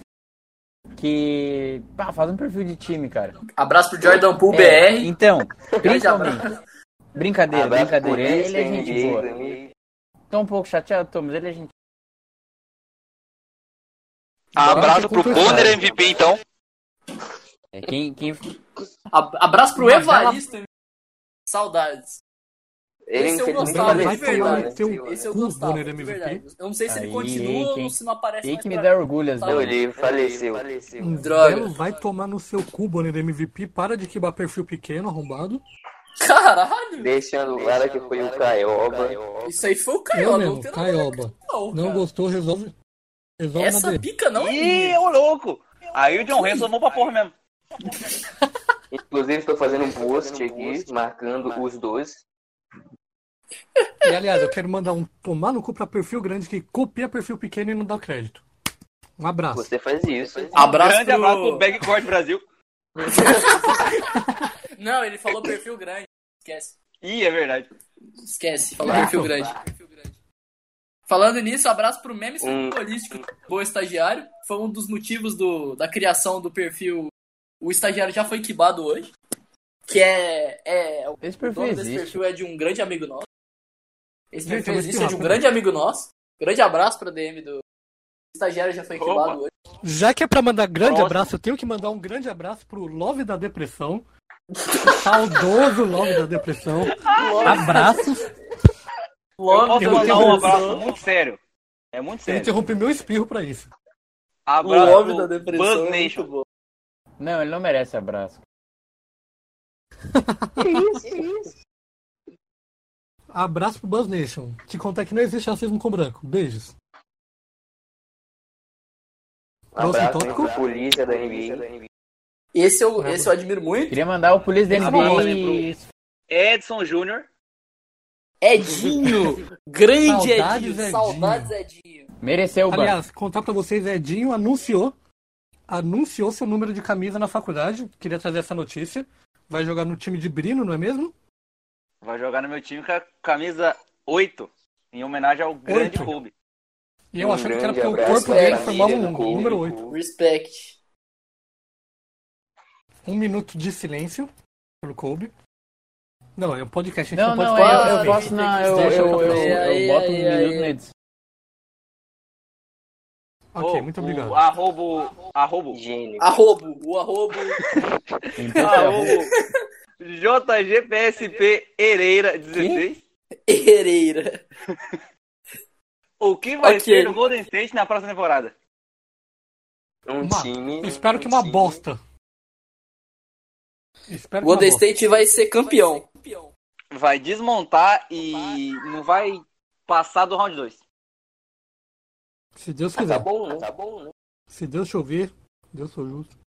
Speaker 6: Que. Pá, faz um perfil de time, cara.
Speaker 1: Abraço pro Jordan Poole
Speaker 6: É,
Speaker 1: BR.
Speaker 6: então,
Speaker 1: Grande
Speaker 6: principalmente.
Speaker 1: abraço.
Speaker 4: Ah,
Speaker 6: Brincadeira,
Speaker 5: Abraço por
Speaker 6: brincadeira.
Speaker 5: isso,
Speaker 6: Ele é gente boa.
Speaker 5: NBA.
Speaker 6: Tô um pouco chateado, tô, mas ele é gente
Speaker 4: Ah, Abraço pro Bonner MVP, então.
Speaker 6: é, quem, quem...
Speaker 1: Ab- Abraço pro Evaristo. Saudades.
Speaker 5: Ele
Speaker 1: Esse eu
Speaker 5: infelizmente
Speaker 1: gostava,
Speaker 5: faleceu,
Speaker 1: de verdade.
Speaker 5: né?
Speaker 2: Esse eu-
Speaker 1: Esse eu
Speaker 2: Cu,
Speaker 1: gostava,
Speaker 2: Bonner
Speaker 1: de
Speaker 2: MVP.
Speaker 1: verdade. Eu não sei se ele
Speaker 6: Aí,
Speaker 1: continua
Speaker 6: quem-
Speaker 1: ou se não aparece
Speaker 6: Aí
Speaker 1: mais
Speaker 6: que me
Speaker 1: pra
Speaker 6: dá orgulho, às
Speaker 5: Não,
Speaker 6: vezes.
Speaker 5: ele faleceu.
Speaker 1: mim.
Speaker 2: um Belo
Speaker 1: Droga.
Speaker 2: vai tomar no seu cu, Bonner MVP. Para de queimar perfil pequeno, arrombado.
Speaker 1: Caralho!
Speaker 5: Deixando claro que foi o Caioba.
Speaker 1: Isso aí foi o
Speaker 2: Eu
Speaker 1: Caioba. não
Speaker 2: mesmo,
Speaker 1: tem nada a ver com
Speaker 2: Caioba.
Speaker 1: isso, não,
Speaker 2: Não
Speaker 1: cara.
Speaker 2: gostou, resolve. Resolve na
Speaker 1: Essa
Speaker 2: dele.
Speaker 1: pica não é
Speaker 4: Ih,
Speaker 1: minha.
Speaker 4: ô louco. Aí o John Henson vou pra porra mesmo.
Speaker 5: Inclusive, estou fazendo um post aqui, marcando os dois.
Speaker 2: E aliás, eu quero mandar um tomar no cu pra perfil grande que copia perfil pequeno e não dá crédito. Um abraço.
Speaker 5: Você faz isso.
Speaker 1: Um Abraço
Speaker 4: um Grande
Speaker 1: pro...
Speaker 4: abraço pro Backcourt Brasil.
Speaker 1: Não, ele falou perfil grande. Esquece.
Speaker 4: Ih, é verdade.
Speaker 1: Esquece. Falou perfil grande. Falando nisso, abraço pro meme
Speaker 4: Um-
Speaker 5: Hum.
Speaker 1: futebolístico do é um estagiário. Foi um dos motivos do, da criação do perfil. O estagiário já foi quibado hoje. Que é, é
Speaker 6: Esse
Speaker 1: O
Speaker 6: perfil
Speaker 1: dono desse
Speaker 6: existe.
Speaker 1: perfil é de um grande amigo nosso. Esse
Speaker 2: Gente,
Speaker 1: perfil
Speaker 2: eu vou
Speaker 1: existe, é de um
Speaker 2: espirrar.
Speaker 1: grande amigo nosso. Grande abraço pra DM do estagiário, já foi
Speaker 4: Opa.
Speaker 1: queimado hoje.
Speaker 2: Já que é pra mandar grande
Speaker 4: Próximo.
Speaker 2: abraço, eu tenho que mandar um grande abraço pro Love da Depressão. Saudoso Love da Depressão. Abraços.
Speaker 4: Eu posso
Speaker 2: eu
Speaker 4: mandar
Speaker 2: tenho
Speaker 4: um
Speaker 2: razão.
Speaker 4: abraço muito sério. É muito
Speaker 2: Eu
Speaker 4: sério.
Speaker 2: interrompi meu espirro pra isso.
Speaker 4: Abraço
Speaker 1: O homem da
Speaker 4: pro
Speaker 1: depressão é
Speaker 4: Buzz
Speaker 1: muito
Speaker 4: Nation.
Speaker 6: Não, ele não merece abraço.
Speaker 2: Abraço pro Buzz Nation. Te contar que não existe racismo com branco. Beijos.
Speaker 5: Um
Speaker 2: Próximo
Speaker 5: abraço
Speaker 2: tópico.
Speaker 5: pro polícia da NBA.
Speaker 1: Esse eu, esse eu admiro muito.
Speaker 6: Queria mandar o polícia da
Speaker 2: Esse
Speaker 1: é né,
Speaker 6: NBA
Speaker 4: abraço também Edson Júnior.
Speaker 1: Edinho! grande
Speaker 2: Saudades,
Speaker 1: Edinho!
Speaker 2: Edinho.
Speaker 1: Saudades, Edinho!
Speaker 6: mereceu o ban.
Speaker 2: Aliás, contar pra vocês, Edinho anunciou anunciou seu número de camisa na faculdade. Queria trazer essa notícia. Vai jogar no time de Brino, não é mesmo?
Speaker 4: Vai jogar no meu time com a camisa 8. Em homenagem ao grande
Speaker 2: Oito.
Speaker 4: clube.
Speaker 2: E eu achava que era
Speaker 5: Um grande
Speaker 2: porque o
Speaker 5: abraço
Speaker 2: corpo
Speaker 5: pra
Speaker 2: dele um
Speaker 1: família
Speaker 2: formava
Speaker 5: do
Speaker 2: um
Speaker 5: clube.
Speaker 2: número 8.
Speaker 1: Respect.
Speaker 2: um minuto de silêncio pelo Kobe. Não, é um podcast, a gente
Speaker 6: Não,
Speaker 2: não,
Speaker 6: não,
Speaker 2: pode
Speaker 1: falar,
Speaker 6: eu, eu
Speaker 1: né?
Speaker 2: fazer.
Speaker 6: posso na. Eu,
Speaker 1: Deixa
Speaker 6: eu,
Speaker 1: eu
Speaker 6: eu,
Speaker 1: ver. Aí,
Speaker 6: eu boto um
Speaker 1: aí, aí.
Speaker 6: minuto na edição.
Speaker 2: Ok,
Speaker 4: Ô,
Speaker 2: muito
Speaker 4: o
Speaker 2: obrigado.
Speaker 4: Arrobo. Arrobo.
Speaker 5: Higiene.
Speaker 1: Arrobo, o arrobo.
Speaker 6: Então, tá bom.
Speaker 4: Arrobo. JGPSP Ereira 16.
Speaker 1: Pereira.
Speaker 4: O que vai
Speaker 1: Ok.
Speaker 4: ser o Golden State na próxima temporada?
Speaker 5: Um
Speaker 2: Uma-
Speaker 4: oh,
Speaker 5: time.
Speaker 2: Ah, Espero que
Speaker 5: um
Speaker 2: uma
Speaker 5: time-
Speaker 2: bosta. Espero que
Speaker 1: Golden
Speaker 2: uma bosta.
Speaker 1: State vai ser campeão.
Speaker 4: Vai desmontar e não vai passar do round 2.
Speaker 2: Se Deus
Speaker 5: Tá
Speaker 2: quiser.
Speaker 5: bom, né? Tá bom, né?
Speaker 2: Se Deus chover, Deus sou justo.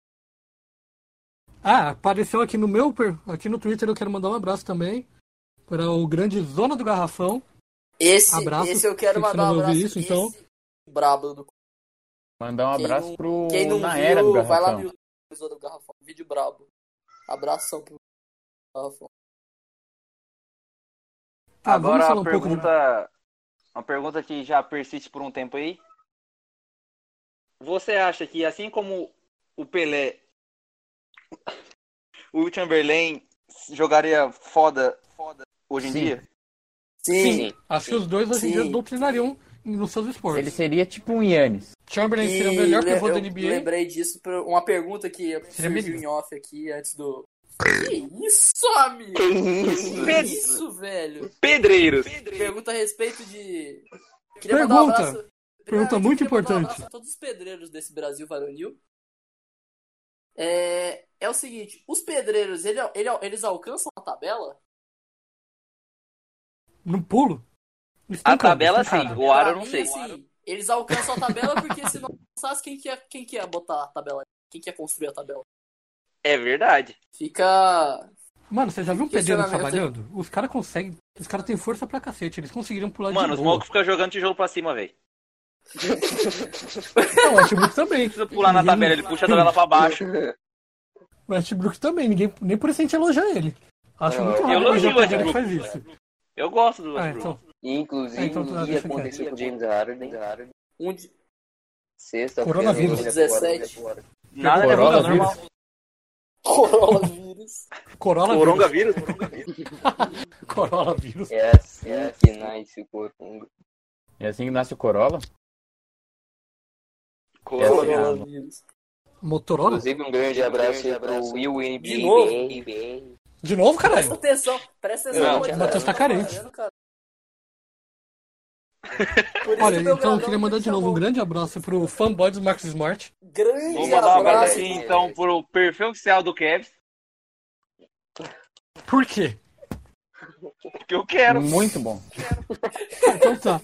Speaker 2: Ah, apareceu aqui no meu, per- aqui no Twitter, eu quero mandar um abraço também para o grande Zona do Garrafão.
Speaker 1: Esse,
Speaker 2: Abraço,
Speaker 1: esse eu
Speaker 2: se
Speaker 1: quero
Speaker 2: você
Speaker 1: mandar
Speaker 2: não
Speaker 1: um
Speaker 2: vai
Speaker 1: abraço.
Speaker 2: ouvir isso, então.
Speaker 1: Esse brabo do
Speaker 6: Mandar um
Speaker 1: Quem
Speaker 6: abraço
Speaker 1: não-
Speaker 6: pro.
Speaker 1: Quem não
Speaker 6: na
Speaker 1: viu,
Speaker 6: era do
Speaker 1: vai lá
Speaker 6: Garrafão.
Speaker 1: no YouTube episódio do Garrafão. Vídeo brabo. Abração pro Garrafão.
Speaker 2: Ah, vamos
Speaker 4: Agora
Speaker 2: falar
Speaker 4: a
Speaker 2: um pouco de...
Speaker 4: pergunta. Uma pergunta que já persiste por um tempo aí. Você acha que assim como o Pelé, o Chamberlain jogaria foda, foda hoje em
Speaker 6: Sim.
Speaker 4: dia?
Speaker 1: Sim,
Speaker 2: Acho que os dois hoje em
Speaker 1: Sim.
Speaker 2: dia doutrinariam nos seus esportes.
Speaker 6: Ele seria tipo um Yannis.
Speaker 2: Chamberlain seria o
Speaker 1: E
Speaker 2: melhor
Speaker 1: le-
Speaker 2: pivô da
Speaker 1: eu
Speaker 2: NBA.
Speaker 1: lembrei disso por uma pergunta que surgiu
Speaker 2: menino.
Speaker 1: em off aqui antes do. Que isso, amigo?
Speaker 5: Que isso?
Speaker 1: Que isso, velho?
Speaker 4: Pedreiros!
Speaker 1: Pergunta a respeito de. Queria
Speaker 2: Pergunta.
Speaker 1: mandar um abraço.
Speaker 2: Pergunta
Speaker 1: Primeiramente,
Speaker 2: muito
Speaker 1: eu queria mandar um
Speaker 2: importante.
Speaker 1: abraço a todos os pedreiros desse Brasil varonil. É, é o seguinte: os pedreiros, ele- ele- eles alcançam a tabela?
Speaker 2: No pulo?
Speaker 4: A
Speaker 2: Estancado,
Speaker 4: tabela sim,
Speaker 2: estancado.
Speaker 4: o ar eu
Speaker 1: Pra
Speaker 4: não
Speaker 1: mim,
Speaker 4: sei.
Speaker 1: assim, eles alcançam a tabela porque se não alcançasse, quem quer, quem quer botar a tabela? Quem quer construir a tabela?
Speaker 4: É verdade.
Speaker 1: Fica.
Speaker 2: Mano, você já viu um pedreiro
Speaker 1: Questionamento.
Speaker 2: trabalhando? Os caras conseguem. Os caras têm força pra cacete. Eles conseguiriam pular
Speaker 4: Mano, os
Speaker 2: Tá de boa.
Speaker 4: malucos ficam jogando tijolo pra cima, velho.
Speaker 2: Não, o Westbrook também.
Speaker 4: Precisa pular na
Speaker 2: Ninguém-
Speaker 4: tabela, ele puxa a tabela pra baixo.
Speaker 2: O Westbrook também. Ninguém, nem por isso a gente elogia ele. Acho
Speaker 5: Não,
Speaker 2: muito
Speaker 5: eu
Speaker 2: raro elogiar
Speaker 4: elogio o
Speaker 2: o pedreiro que faz
Speaker 4: Westbrook. né?
Speaker 2: isso.
Speaker 4: Eu gosto do
Speaker 2: Ah,
Speaker 4: Westbrook.
Speaker 2: então.
Speaker 5: Inclusive,
Speaker 2: É, então tá,
Speaker 5: o que
Speaker 2: deixa eu
Speaker 5: aconteceu com o James Harden?
Speaker 1: Um de...
Speaker 5: Sexta,
Speaker 2: Coronavírus.
Speaker 1: 17.
Speaker 4: Nada é
Speaker 6: Corolla,
Speaker 4: normal.
Speaker 1: Coronavírus.
Speaker 2: Corolla vírus.
Speaker 4: Coronavírus?
Speaker 2: Corolla vírus.
Speaker 5: É assim que nasce o Coronga.
Speaker 6: É assim que nasce o Corolla?
Speaker 5: Corolla.
Speaker 6: É assim,
Speaker 1: Coronavírus.
Speaker 2: Motorola?
Speaker 5: Inclusive, um grande abraço aí pro Will
Speaker 1: De novo?
Speaker 5: NBA.
Speaker 2: De novo,
Speaker 1: Presta
Speaker 2: caralho?
Speaker 1: atenção, presta atenção.
Speaker 4: Não,
Speaker 1: no podcast.
Speaker 2: Matheus tá carente.
Speaker 1: Cara. Por isso
Speaker 2: Olha,
Speaker 1: que o meu
Speaker 2: então eu
Speaker 1: gradão
Speaker 2: queria mandar
Speaker 1: me
Speaker 2: de novo um
Speaker 1: chamou.
Speaker 2: grande abraço pro fanboy dos Marcos Smart. é
Speaker 1: grande
Speaker 4: Vou mandar um abraço
Speaker 1: abraço.
Speaker 4: aqui então pro perfil oficial do Kevs,
Speaker 2: Por quê?
Speaker 4: que eu quero.
Speaker 6: Muito bom.
Speaker 2: Então tá.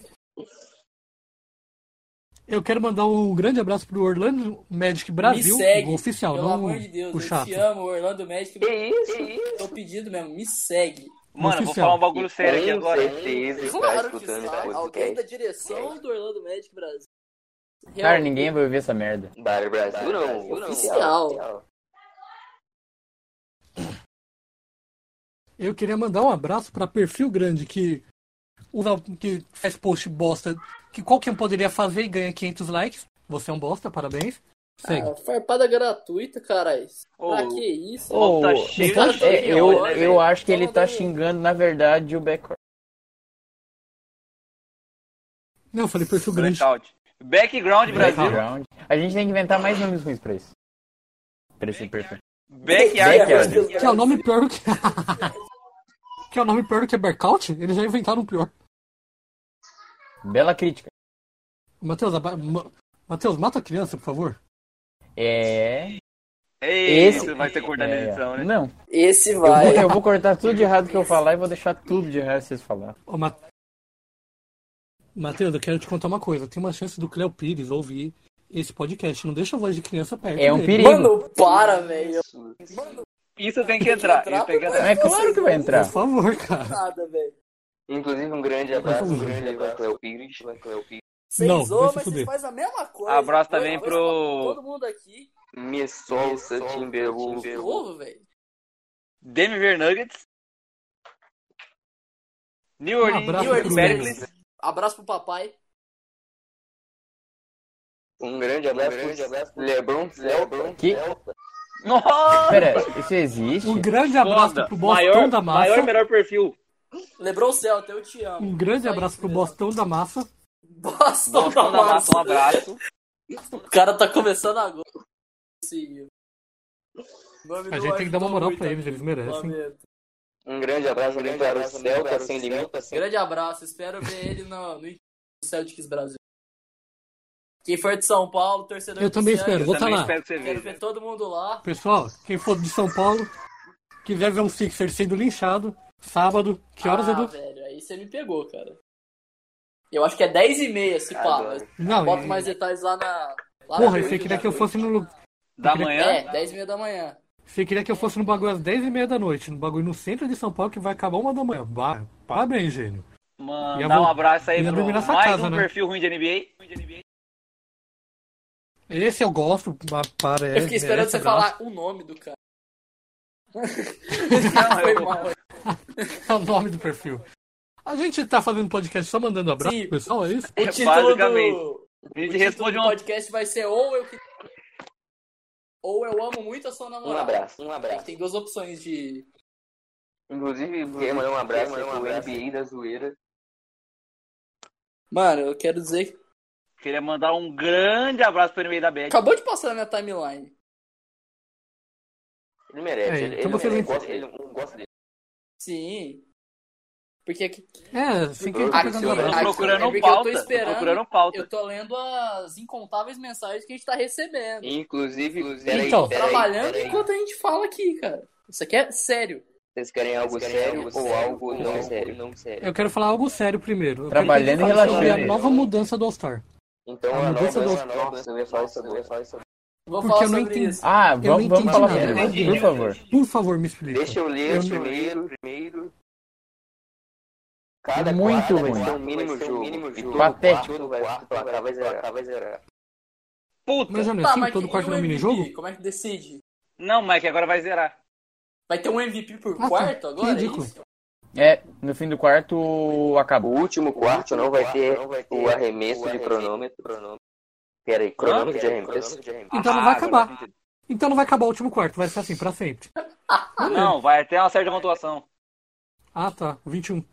Speaker 2: Eu quero mandar um grande abraço pro Orlando Magic Brasil,
Speaker 1: Me segue,
Speaker 2: o oficial,
Speaker 1: Pelo
Speaker 2: não
Speaker 1: amor de Deus,
Speaker 2: o
Speaker 1: eu
Speaker 2: chato.
Speaker 1: te amo, Orlando Magic.
Speaker 5: Que isso? Que isso?
Speaker 1: Tô pedindo mesmo, me segue.
Speaker 4: Mano, eu vou falar um bagulho sério aqui agora.
Speaker 5: certeza está
Speaker 1: Claro que
Speaker 5: tá escutando esse
Speaker 1: sai. Alguém da
Speaker 5: podcast.
Speaker 1: direção do Orlando Magic Brasil.
Speaker 6: Cara,
Speaker 1: Realmente.
Speaker 6: ninguém vai ver essa merda.
Speaker 5: Bar Brasil não.
Speaker 1: Oficial.
Speaker 2: Eu queria mandar um abraço pra perfil grande que usa, que faz post bosta, que qualquer um poderia fazer e ganha 500 likes. Você é um bosta, parabéns. Segue.
Speaker 1: Ah, farpada gratuita, caralho.
Speaker 4: Ô,
Speaker 1: Ah, que isso?
Speaker 4: Ô, tá
Speaker 6: Ô,
Speaker 4: cheio
Speaker 1: tá
Speaker 4: de
Speaker 1: cheio,
Speaker 6: É,
Speaker 4: opinião,
Speaker 6: eu,
Speaker 4: né, velho?
Speaker 6: eu acho que ele tá
Speaker 1: Todo-
Speaker 6: xingando, na verdade, o backcourt.
Speaker 2: Não, eu falei perfil grande.
Speaker 4: Blackout. Background Brasil.
Speaker 6: Background. A gente tem que inventar mais nomes ruins pra isso. Pra esse perfil.
Speaker 4: Backyard
Speaker 6: Backyard.
Speaker 4: Brasil.
Speaker 2: Que é o nome pior do que. que é o nome pior do que Berkout? Eles já inventaram um pior.
Speaker 6: Bela crítica.
Speaker 2: Matheus, aba... Ma- Matheus, mata a criança, por favor.
Speaker 6: É.
Speaker 4: Ei,
Speaker 6: Esse-
Speaker 4: Isso vai ter cortado a
Speaker 6: é...
Speaker 4: edição, né?
Speaker 6: Não.
Speaker 1: Esse
Speaker 6: Eu vou,
Speaker 1: vai.
Speaker 6: eu vou cortar tudo de errado que eu falar e vou deixar tudo de errado que vocês falar.
Speaker 2: Ô, Ma- Matheus, eu quero te contar uma coisa. Tem uma chance do Cleo Pires ouvir esse podcast. Não deixa a voz de criança perto.
Speaker 6: É um
Speaker 2: dele.
Speaker 6: perigo.
Speaker 1: Mano, para, velho.
Speaker 4: Isso tem que entrar. Isso tem que
Speaker 2: né?
Speaker 4: entrar.
Speaker 6: É claro que vai
Speaker 2: Por
Speaker 6: entrar.
Speaker 2: favor, cara.
Speaker 1: Nada, velho.
Speaker 5: Inclusive, um grande abraço, um grande abraço pro Cleo Pires. pro Cleo Pires.
Speaker 1: Vocês
Speaker 2: Não, vai
Speaker 1: zoam,
Speaker 2: se
Speaker 1: mas vocês
Speaker 2: fuder.
Speaker 1: fazem a mesma coisa.
Speaker 4: Abraço
Speaker 1: Dois-
Speaker 4: também
Speaker 1: dois-
Speaker 4: pro
Speaker 1: Todo mundo aqui.
Speaker 5: Me solta, Timberwolves.
Speaker 1: De novo, velho.
Speaker 4: Denver Nuggets. New
Speaker 2: Um
Speaker 4: Orleans,
Speaker 2: abraço
Speaker 4: New Orleans
Speaker 1: pro
Speaker 4: Pelicans.
Speaker 1: Abraço pro papai.
Speaker 5: Um grande abraço, um grande abraço. pro Lebron, Celta.
Speaker 6: Que?
Speaker 4: Nossa!
Speaker 6: Pera, isso existe?
Speaker 2: Um grande abraço
Speaker 7: Foda.
Speaker 2: pro Bostão
Speaker 4: Maior,
Speaker 2: da Massa.
Speaker 4: maior, melhor perfil.
Speaker 1: Lembrou o Celta, eu te amo.
Speaker 2: Um grande
Speaker 1: Só
Speaker 2: abraço
Speaker 1: isso
Speaker 2: pro
Speaker 1: mesmo.
Speaker 2: Bostão da Massa.
Speaker 1: Boston da
Speaker 4: Botão da
Speaker 1: Massa.
Speaker 4: massa, um abraço.
Speaker 1: O cara tá começando agora. Sim.
Speaker 2: A gente tem que dar uma moral pra eles, eles merecem.
Speaker 5: Um grande abraço também para o Celta Sem Limites.
Speaker 1: Grande abraço, espero ver ele no, no Celtics Brasil. Quem for de São Paulo, torcedor
Speaker 2: Eu
Speaker 1: do
Speaker 2: também
Speaker 1: Celtics,
Speaker 2: espero. Vou tá
Speaker 4: Também
Speaker 2: lá.
Speaker 4: espero que você
Speaker 1: Quero
Speaker 4: veja.
Speaker 1: ver todo mundo lá.
Speaker 2: Pessoal, quem for de São Paulo, quiser ver um Sixer sendo linchado, sábado, que horas,
Speaker 1: ah,
Speaker 2: Edu?
Speaker 1: velho, aí você me pegou, cara. Eu acho que é 10 e meia, se pá.
Speaker 5: Adoro.
Speaker 1: mas
Speaker 2: Não,
Speaker 1: Bota
Speaker 2: e-
Speaker 1: mais detalhes lá na... Lá
Speaker 2: Porra,
Speaker 1: na
Speaker 2: você queria que eu fosse no lu-
Speaker 4: Da
Speaker 1: É,
Speaker 4: manhã,
Speaker 1: 10 e meia da manhã.
Speaker 2: você queria que eu fosse no bagulho às 10h30 da noite, no bagulho no centro de São Paulo que vai acabar uma da manhã. Bah, parabéns, gênio. Ia
Speaker 4: mandar um
Speaker 2: vol-
Speaker 4: abraço aí
Speaker 2: ia
Speaker 4: pro
Speaker 2: dormir na sua
Speaker 4: mais
Speaker 2: casa,
Speaker 4: um
Speaker 2: né?
Speaker 4: perfil ruim de NBA.
Speaker 2: Esse eu gosto, mas parece.
Speaker 1: Eu fiquei esperando você falar o nome do cara.
Speaker 4: Não,
Speaker 1: Foi
Speaker 4: eu-
Speaker 1: mal.
Speaker 2: É o nome do perfil. A gente tá fazendo podcast só mandando abraço,
Speaker 1: Sim.
Speaker 2: pessoal, é isso?
Speaker 1: O título
Speaker 4: Basicamente.
Speaker 1: do,
Speaker 4: A gente
Speaker 1: o título
Speaker 4: responde
Speaker 1: do
Speaker 4: uma
Speaker 1: podcast vai ser ou eu que- ou eu amo muito a sua
Speaker 5: Um
Speaker 1: namorada.
Speaker 5: abraço, um abraço.
Speaker 1: Tem duas opções de
Speaker 5: Inclusive, queria mandar um abraço para o NBA da zoeira.
Speaker 1: Mano, eu quero dizer que
Speaker 4: Queria mandar um grande abraço pro NBA da Bad.
Speaker 1: acabou de passar na minha timeline.
Speaker 5: Ele merece.
Speaker 2: É,
Speaker 5: ele,
Speaker 2: então
Speaker 5: ele,
Speaker 2: vocês
Speaker 5: merece,
Speaker 2: não-
Speaker 5: gosta- ele não gosta dele.
Speaker 1: Sim. Porque aqui-
Speaker 2: É, assim que a gente
Speaker 5: Ah,
Speaker 2: tá pegando
Speaker 5: senhor,
Speaker 2: abraço.
Speaker 4: Tô
Speaker 1: Ai,
Speaker 4: procurando
Speaker 1: é porque eu tô
Speaker 4: pauta. tô
Speaker 1: esperando.
Speaker 4: procurando pauta.
Speaker 1: eu tô lendo as incontáveis mensagens que a gente tá recebendo.
Speaker 5: Inclusive, peraí,
Speaker 2: Então,
Speaker 5: peraí,
Speaker 1: Trabalhando
Speaker 5: peraí.
Speaker 1: enquanto a gente fala aqui, cara. Isso aqui é sério.
Speaker 5: Vocês querem algo
Speaker 8: Vocês querem
Speaker 5: sério
Speaker 8: algo
Speaker 5: ou
Speaker 8: sério
Speaker 5: algo
Speaker 8: ou
Speaker 5: não
Speaker 8: algo
Speaker 5: sério? Não sério.
Speaker 2: Eu quero falar algo sério primeiro. Eu quero
Speaker 6: Trabalhando
Speaker 2: que
Speaker 6: e
Speaker 2: fale sobre
Speaker 6: relaxando.
Speaker 2: a nova mudança do All-Star.
Speaker 5: Então,
Speaker 2: A
Speaker 5: a
Speaker 2: mudança
Speaker 5: nova,
Speaker 2: do-
Speaker 5: a nova, eu ia falar sobre, eu ia falar sobre.
Speaker 1: Vou
Speaker 2: Porque
Speaker 1: falar
Speaker 2: eu não
Speaker 1: sobre
Speaker 2: entendi.
Speaker 1: isso.
Speaker 6: Ah,
Speaker 2: Eu não
Speaker 6: vamos,
Speaker 2: entendi
Speaker 6: vamos falar
Speaker 2: nada.
Speaker 6: primeiro, por favor.
Speaker 2: Por favor, me explica.
Speaker 5: Deixa eu
Speaker 2: Eu
Speaker 5: ler
Speaker 2: não-
Speaker 5: primeiro, primeiro. Cada
Speaker 6: Muito
Speaker 5: quarta vai
Speaker 6: ruim.
Speaker 5: ser um mínimo jogo. E todo
Speaker 6: Patético.
Speaker 5: quarto, todo quarto, placar vai zerar, placar vai zerar.
Speaker 4: Puta!
Speaker 2: Mas já não é
Speaker 1: Tá,
Speaker 2: assim?
Speaker 1: mas
Speaker 2: Todo
Speaker 1: e
Speaker 2: quarto
Speaker 1: o
Speaker 2: é um
Speaker 1: MVP?
Speaker 2: minijogo?
Speaker 1: Como é que decide?
Speaker 4: Não, Mike, agora vai zerar.
Speaker 1: Vai ter um MVP por
Speaker 2: Ah, tá.
Speaker 1: quarto agora? é
Speaker 2: ridículo.
Speaker 1: isso?
Speaker 6: É, no fim do quarto
Speaker 5: O
Speaker 6: acabou.
Speaker 5: último quarto não vai ter o
Speaker 8: o
Speaker 5: arremesso de
Speaker 8: arremesso.
Speaker 5: cronômetro. Peraí, cronômetro de arremesso?
Speaker 2: Então não
Speaker 4: Ah,
Speaker 2: vai
Speaker 4: agora
Speaker 2: acabar. Então não vai acabar o último quarto, vai ser assim pra sempre.
Speaker 4: Não, vai até uma certa pontuação.
Speaker 2: Ah, tá. 21.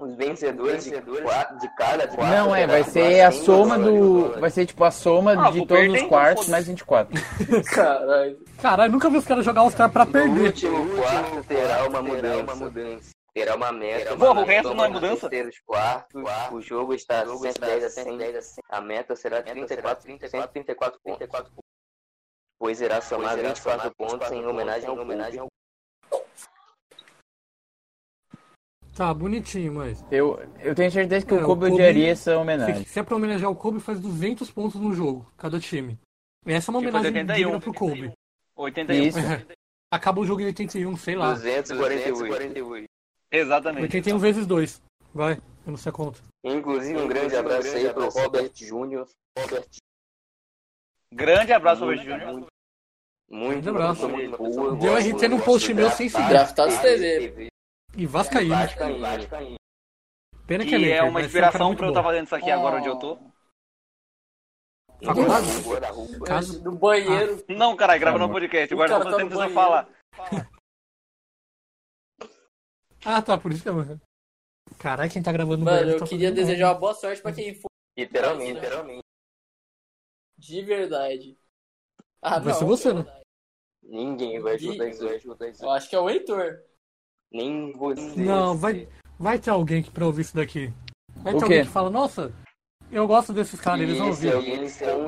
Speaker 5: Os vencedores de, qua- de cada quarto.
Speaker 6: Não, é, vai
Speaker 5: será
Speaker 6: ser a
Speaker 5: 100
Speaker 6: soma do.
Speaker 5: dólares.
Speaker 6: Vai ser tipo a soma
Speaker 4: Ah,
Speaker 6: de
Speaker 4: vou
Speaker 6: todos
Speaker 4: perder,
Speaker 6: os
Speaker 4: então
Speaker 6: quartos
Speaker 4: foda-se.
Speaker 6: mais 24.
Speaker 1: Caralho.
Speaker 2: Caralho, nunca vi os caras jogar All-Star pra
Speaker 5: No
Speaker 2: perder.
Speaker 5: último quarto terá uma mudança. Terá uma meta.
Speaker 4: Porra, o resto não é
Speaker 5: Nos
Speaker 4: mudança?
Speaker 5: terceiros quartos, O jogo está 110 a 100. A meta será 34, 34, 34 pontos. Pois irá somar 24 pontos em homenagem ao homenagem ao
Speaker 2: Tá, bonitinho, mas.
Speaker 6: Eu, eu tenho certeza que
Speaker 2: É,
Speaker 6: o
Speaker 2: o
Speaker 6: Kobe
Speaker 2: Kobe-
Speaker 6: odiaria essa
Speaker 2: Se,
Speaker 6: homenagem.
Speaker 2: se é pra homenagear o Kobe, faz 200 pontos no jogo, cada time. Essa é uma
Speaker 4: Tipo,
Speaker 2: homenagem
Speaker 4: 81,
Speaker 2: digna pro Kobe.
Speaker 4: 81.
Speaker 6: Isso.
Speaker 2: Acaba o jogo em 81, sei lá.
Speaker 5: 248.
Speaker 4: Exatamente.
Speaker 2: 81 vezes 2. Vai, eu não sei a conta.
Speaker 5: Inclusive, um grande abraço aí pro Robert Júnior. Robert,
Speaker 4: Grande abraço, Robert Júnior.
Speaker 5: muito, muito,
Speaker 2: abraço.
Speaker 5: muito, muito boa.
Speaker 2: Deu RT num post meu sem se dar.
Speaker 1: Draftados TV.
Speaker 2: E Vascaíno.
Speaker 5: Vascaíno.
Speaker 2: Pena que é
Speaker 4: E
Speaker 2: Laker,
Speaker 4: é uma
Speaker 2: mas esse é um cara
Speaker 4: inspiração
Speaker 2: muito
Speaker 4: pra eu
Speaker 2: bom.
Speaker 4: estar fazendo isso aqui agora
Speaker 1: Oh.
Speaker 4: onde eu tô.
Speaker 2: Faculdade? Caso-
Speaker 1: Caso... Do Ah. banheiro.
Speaker 4: Não, caralho, grava no podcast.
Speaker 1: O
Speaker 4: Agora
Speaker 1: cara
Speaker 4: só
Speaker 1: tá
Speaker 4: você
Speaker 1: no
Speaker 4: precisa
Speaker 1: banheiro.
Speaker 4: falar.
Speaker 2: Ah, tá, por isso que eu... Caralho, quem tá gravando no
Speaker 1: Mano,
Speaker 2: banheiro
Speaker 1: eu
Speaker 2: tá
Speaker 1: queria
Speaker 2: fazendo
Speaker 1: desejar uma boa sorte pra quem for.
Speaker 5: Literalmente, literalmente.
Speaker 1: De verdade. Ah,
Speaker 2: Vai ser você, né?
Speaker 5: Ninguém vai
Speaker 1: Gui-
Speaker 5: ajudar isso, vai ajudar isso.
Speaker 1: Eu acho que é o Heitor.
Speaker 5: Nem você.
Speaker 6: um
Speaker 2: Não, vai, vai ter alguém que pra ouvir isso daqui. Vai
Speaker 6: O
Speaker 2: ter
Speaker 6: quê?
Speaker 2: alguém que fala, nossa, eu gosto desses caras, eles vão
Speaker 5: Esse
Speaker 2: ouvir.
Speaker 5: alguém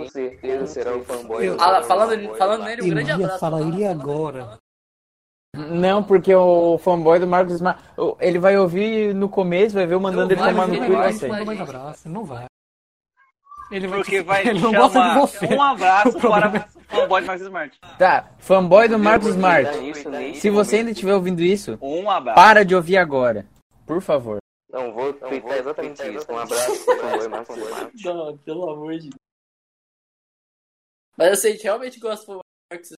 Speaker 5: com certeza será o fanboy.
Speaker 2: Eu-
Speaker 5: do
Speaker 1: Ah,
Speaker 5: Fanboy.
Speaker 1: falando, falando nele, um
Speaker 2: Eu
Speaker 1: grande
Speaker 2: ia
Speaker 1: abraço.
Speaker 2: falar ele
Speaker 1: Falando-
Speaker 2: agora.
Speaker 1: falando-
Speaker 6: Não, porque o fanboy do Marcos Smart. o- Ele vai ouvir no começo, vai ver eu mandando
Speaker 2: Não
Speaker 6: ele
Speaker 2: vai,
Speaker 6: tomar
Speaker 2: mas
Speaker 6: no
Speaker 2: ele não
Speaker 6: cu e vai
Speaker 2: vai,
Speaker 1: isso
Speaker 2: te
Speaker 6: sair.
Speaker 2: dar mais abraço, não vai. Ele vai
Speaker 4: Porque
Speaker 2: te-
Speaker 4: vai
Speaker 2: ele não gosta de
Speaker 4: chamar
Speaker 1: É
Speaker 2: você.
Speaker 4: um abraço
Speaker 2: O problema é
Speaker 4: para o fanboy de Max Smart.
Speaker 6: Tá, fanboy do Marcos
Speaker 5: Isso,
Speaker 6: Smart.
Speaker 5: isso, isso.
Speaker 6: Se você ainda estiver ouvindo isso,
Speaker 4: Um abraço.
Speaker 6: para de ouvir agora. Por favor.
Speaker 5: Não, vou twittar exatamente isso. Um abraço pro fanboy Marcos Smart.
Speaker 1: Não, pelo amor de Deus. Mas eu sei que realmente gosto do Marcos.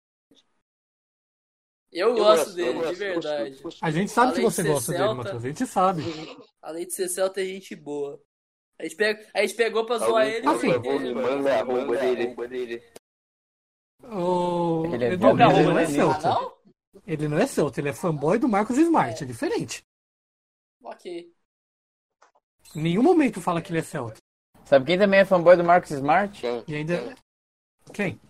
Speaker 1: Eu, gosto, dele, de verdade.
Speaker 2: A gente sabe que
Speaker 1: Além de
Speaker 2: você
Speaker 1: ser
Speaker 2: gosta dele,
Speaker 1: celta.
Speaker 2: Matheus. A gente sabe.
Speaker 1: Além de ser Celta, é gente boa. A gente, pega, a gente pegou pra zoar
Speaker 5: Alguém,
Speaker 1: ele.
Speaker 5: por
Speaker 2: Assim.
Speaker 5: favor, me manda a roupa dele.
Speaker 2: Ô,
Speaker 6: Ele é
Speaker 2: Edu,
Speaker 6: bom,
Speaker 2: mas
Speaker 6: né?
Speaker 2: ele não é
Speaker 6: Ele é
Speaker 2: seu.
Speaker 1: Ah, não?
Speaker 2: Ele não é seu, ele é fanboy do Marcos Smart, é diferente.
Speaker 1: Ok.
Speaker 2: Em nenhum momento fala que ele é Celta.
Speaker 6: Sabe quem também é fanboy do Marcus Smart?
Speaker 5: Quem?
Speaker 2: E ainda. Quem?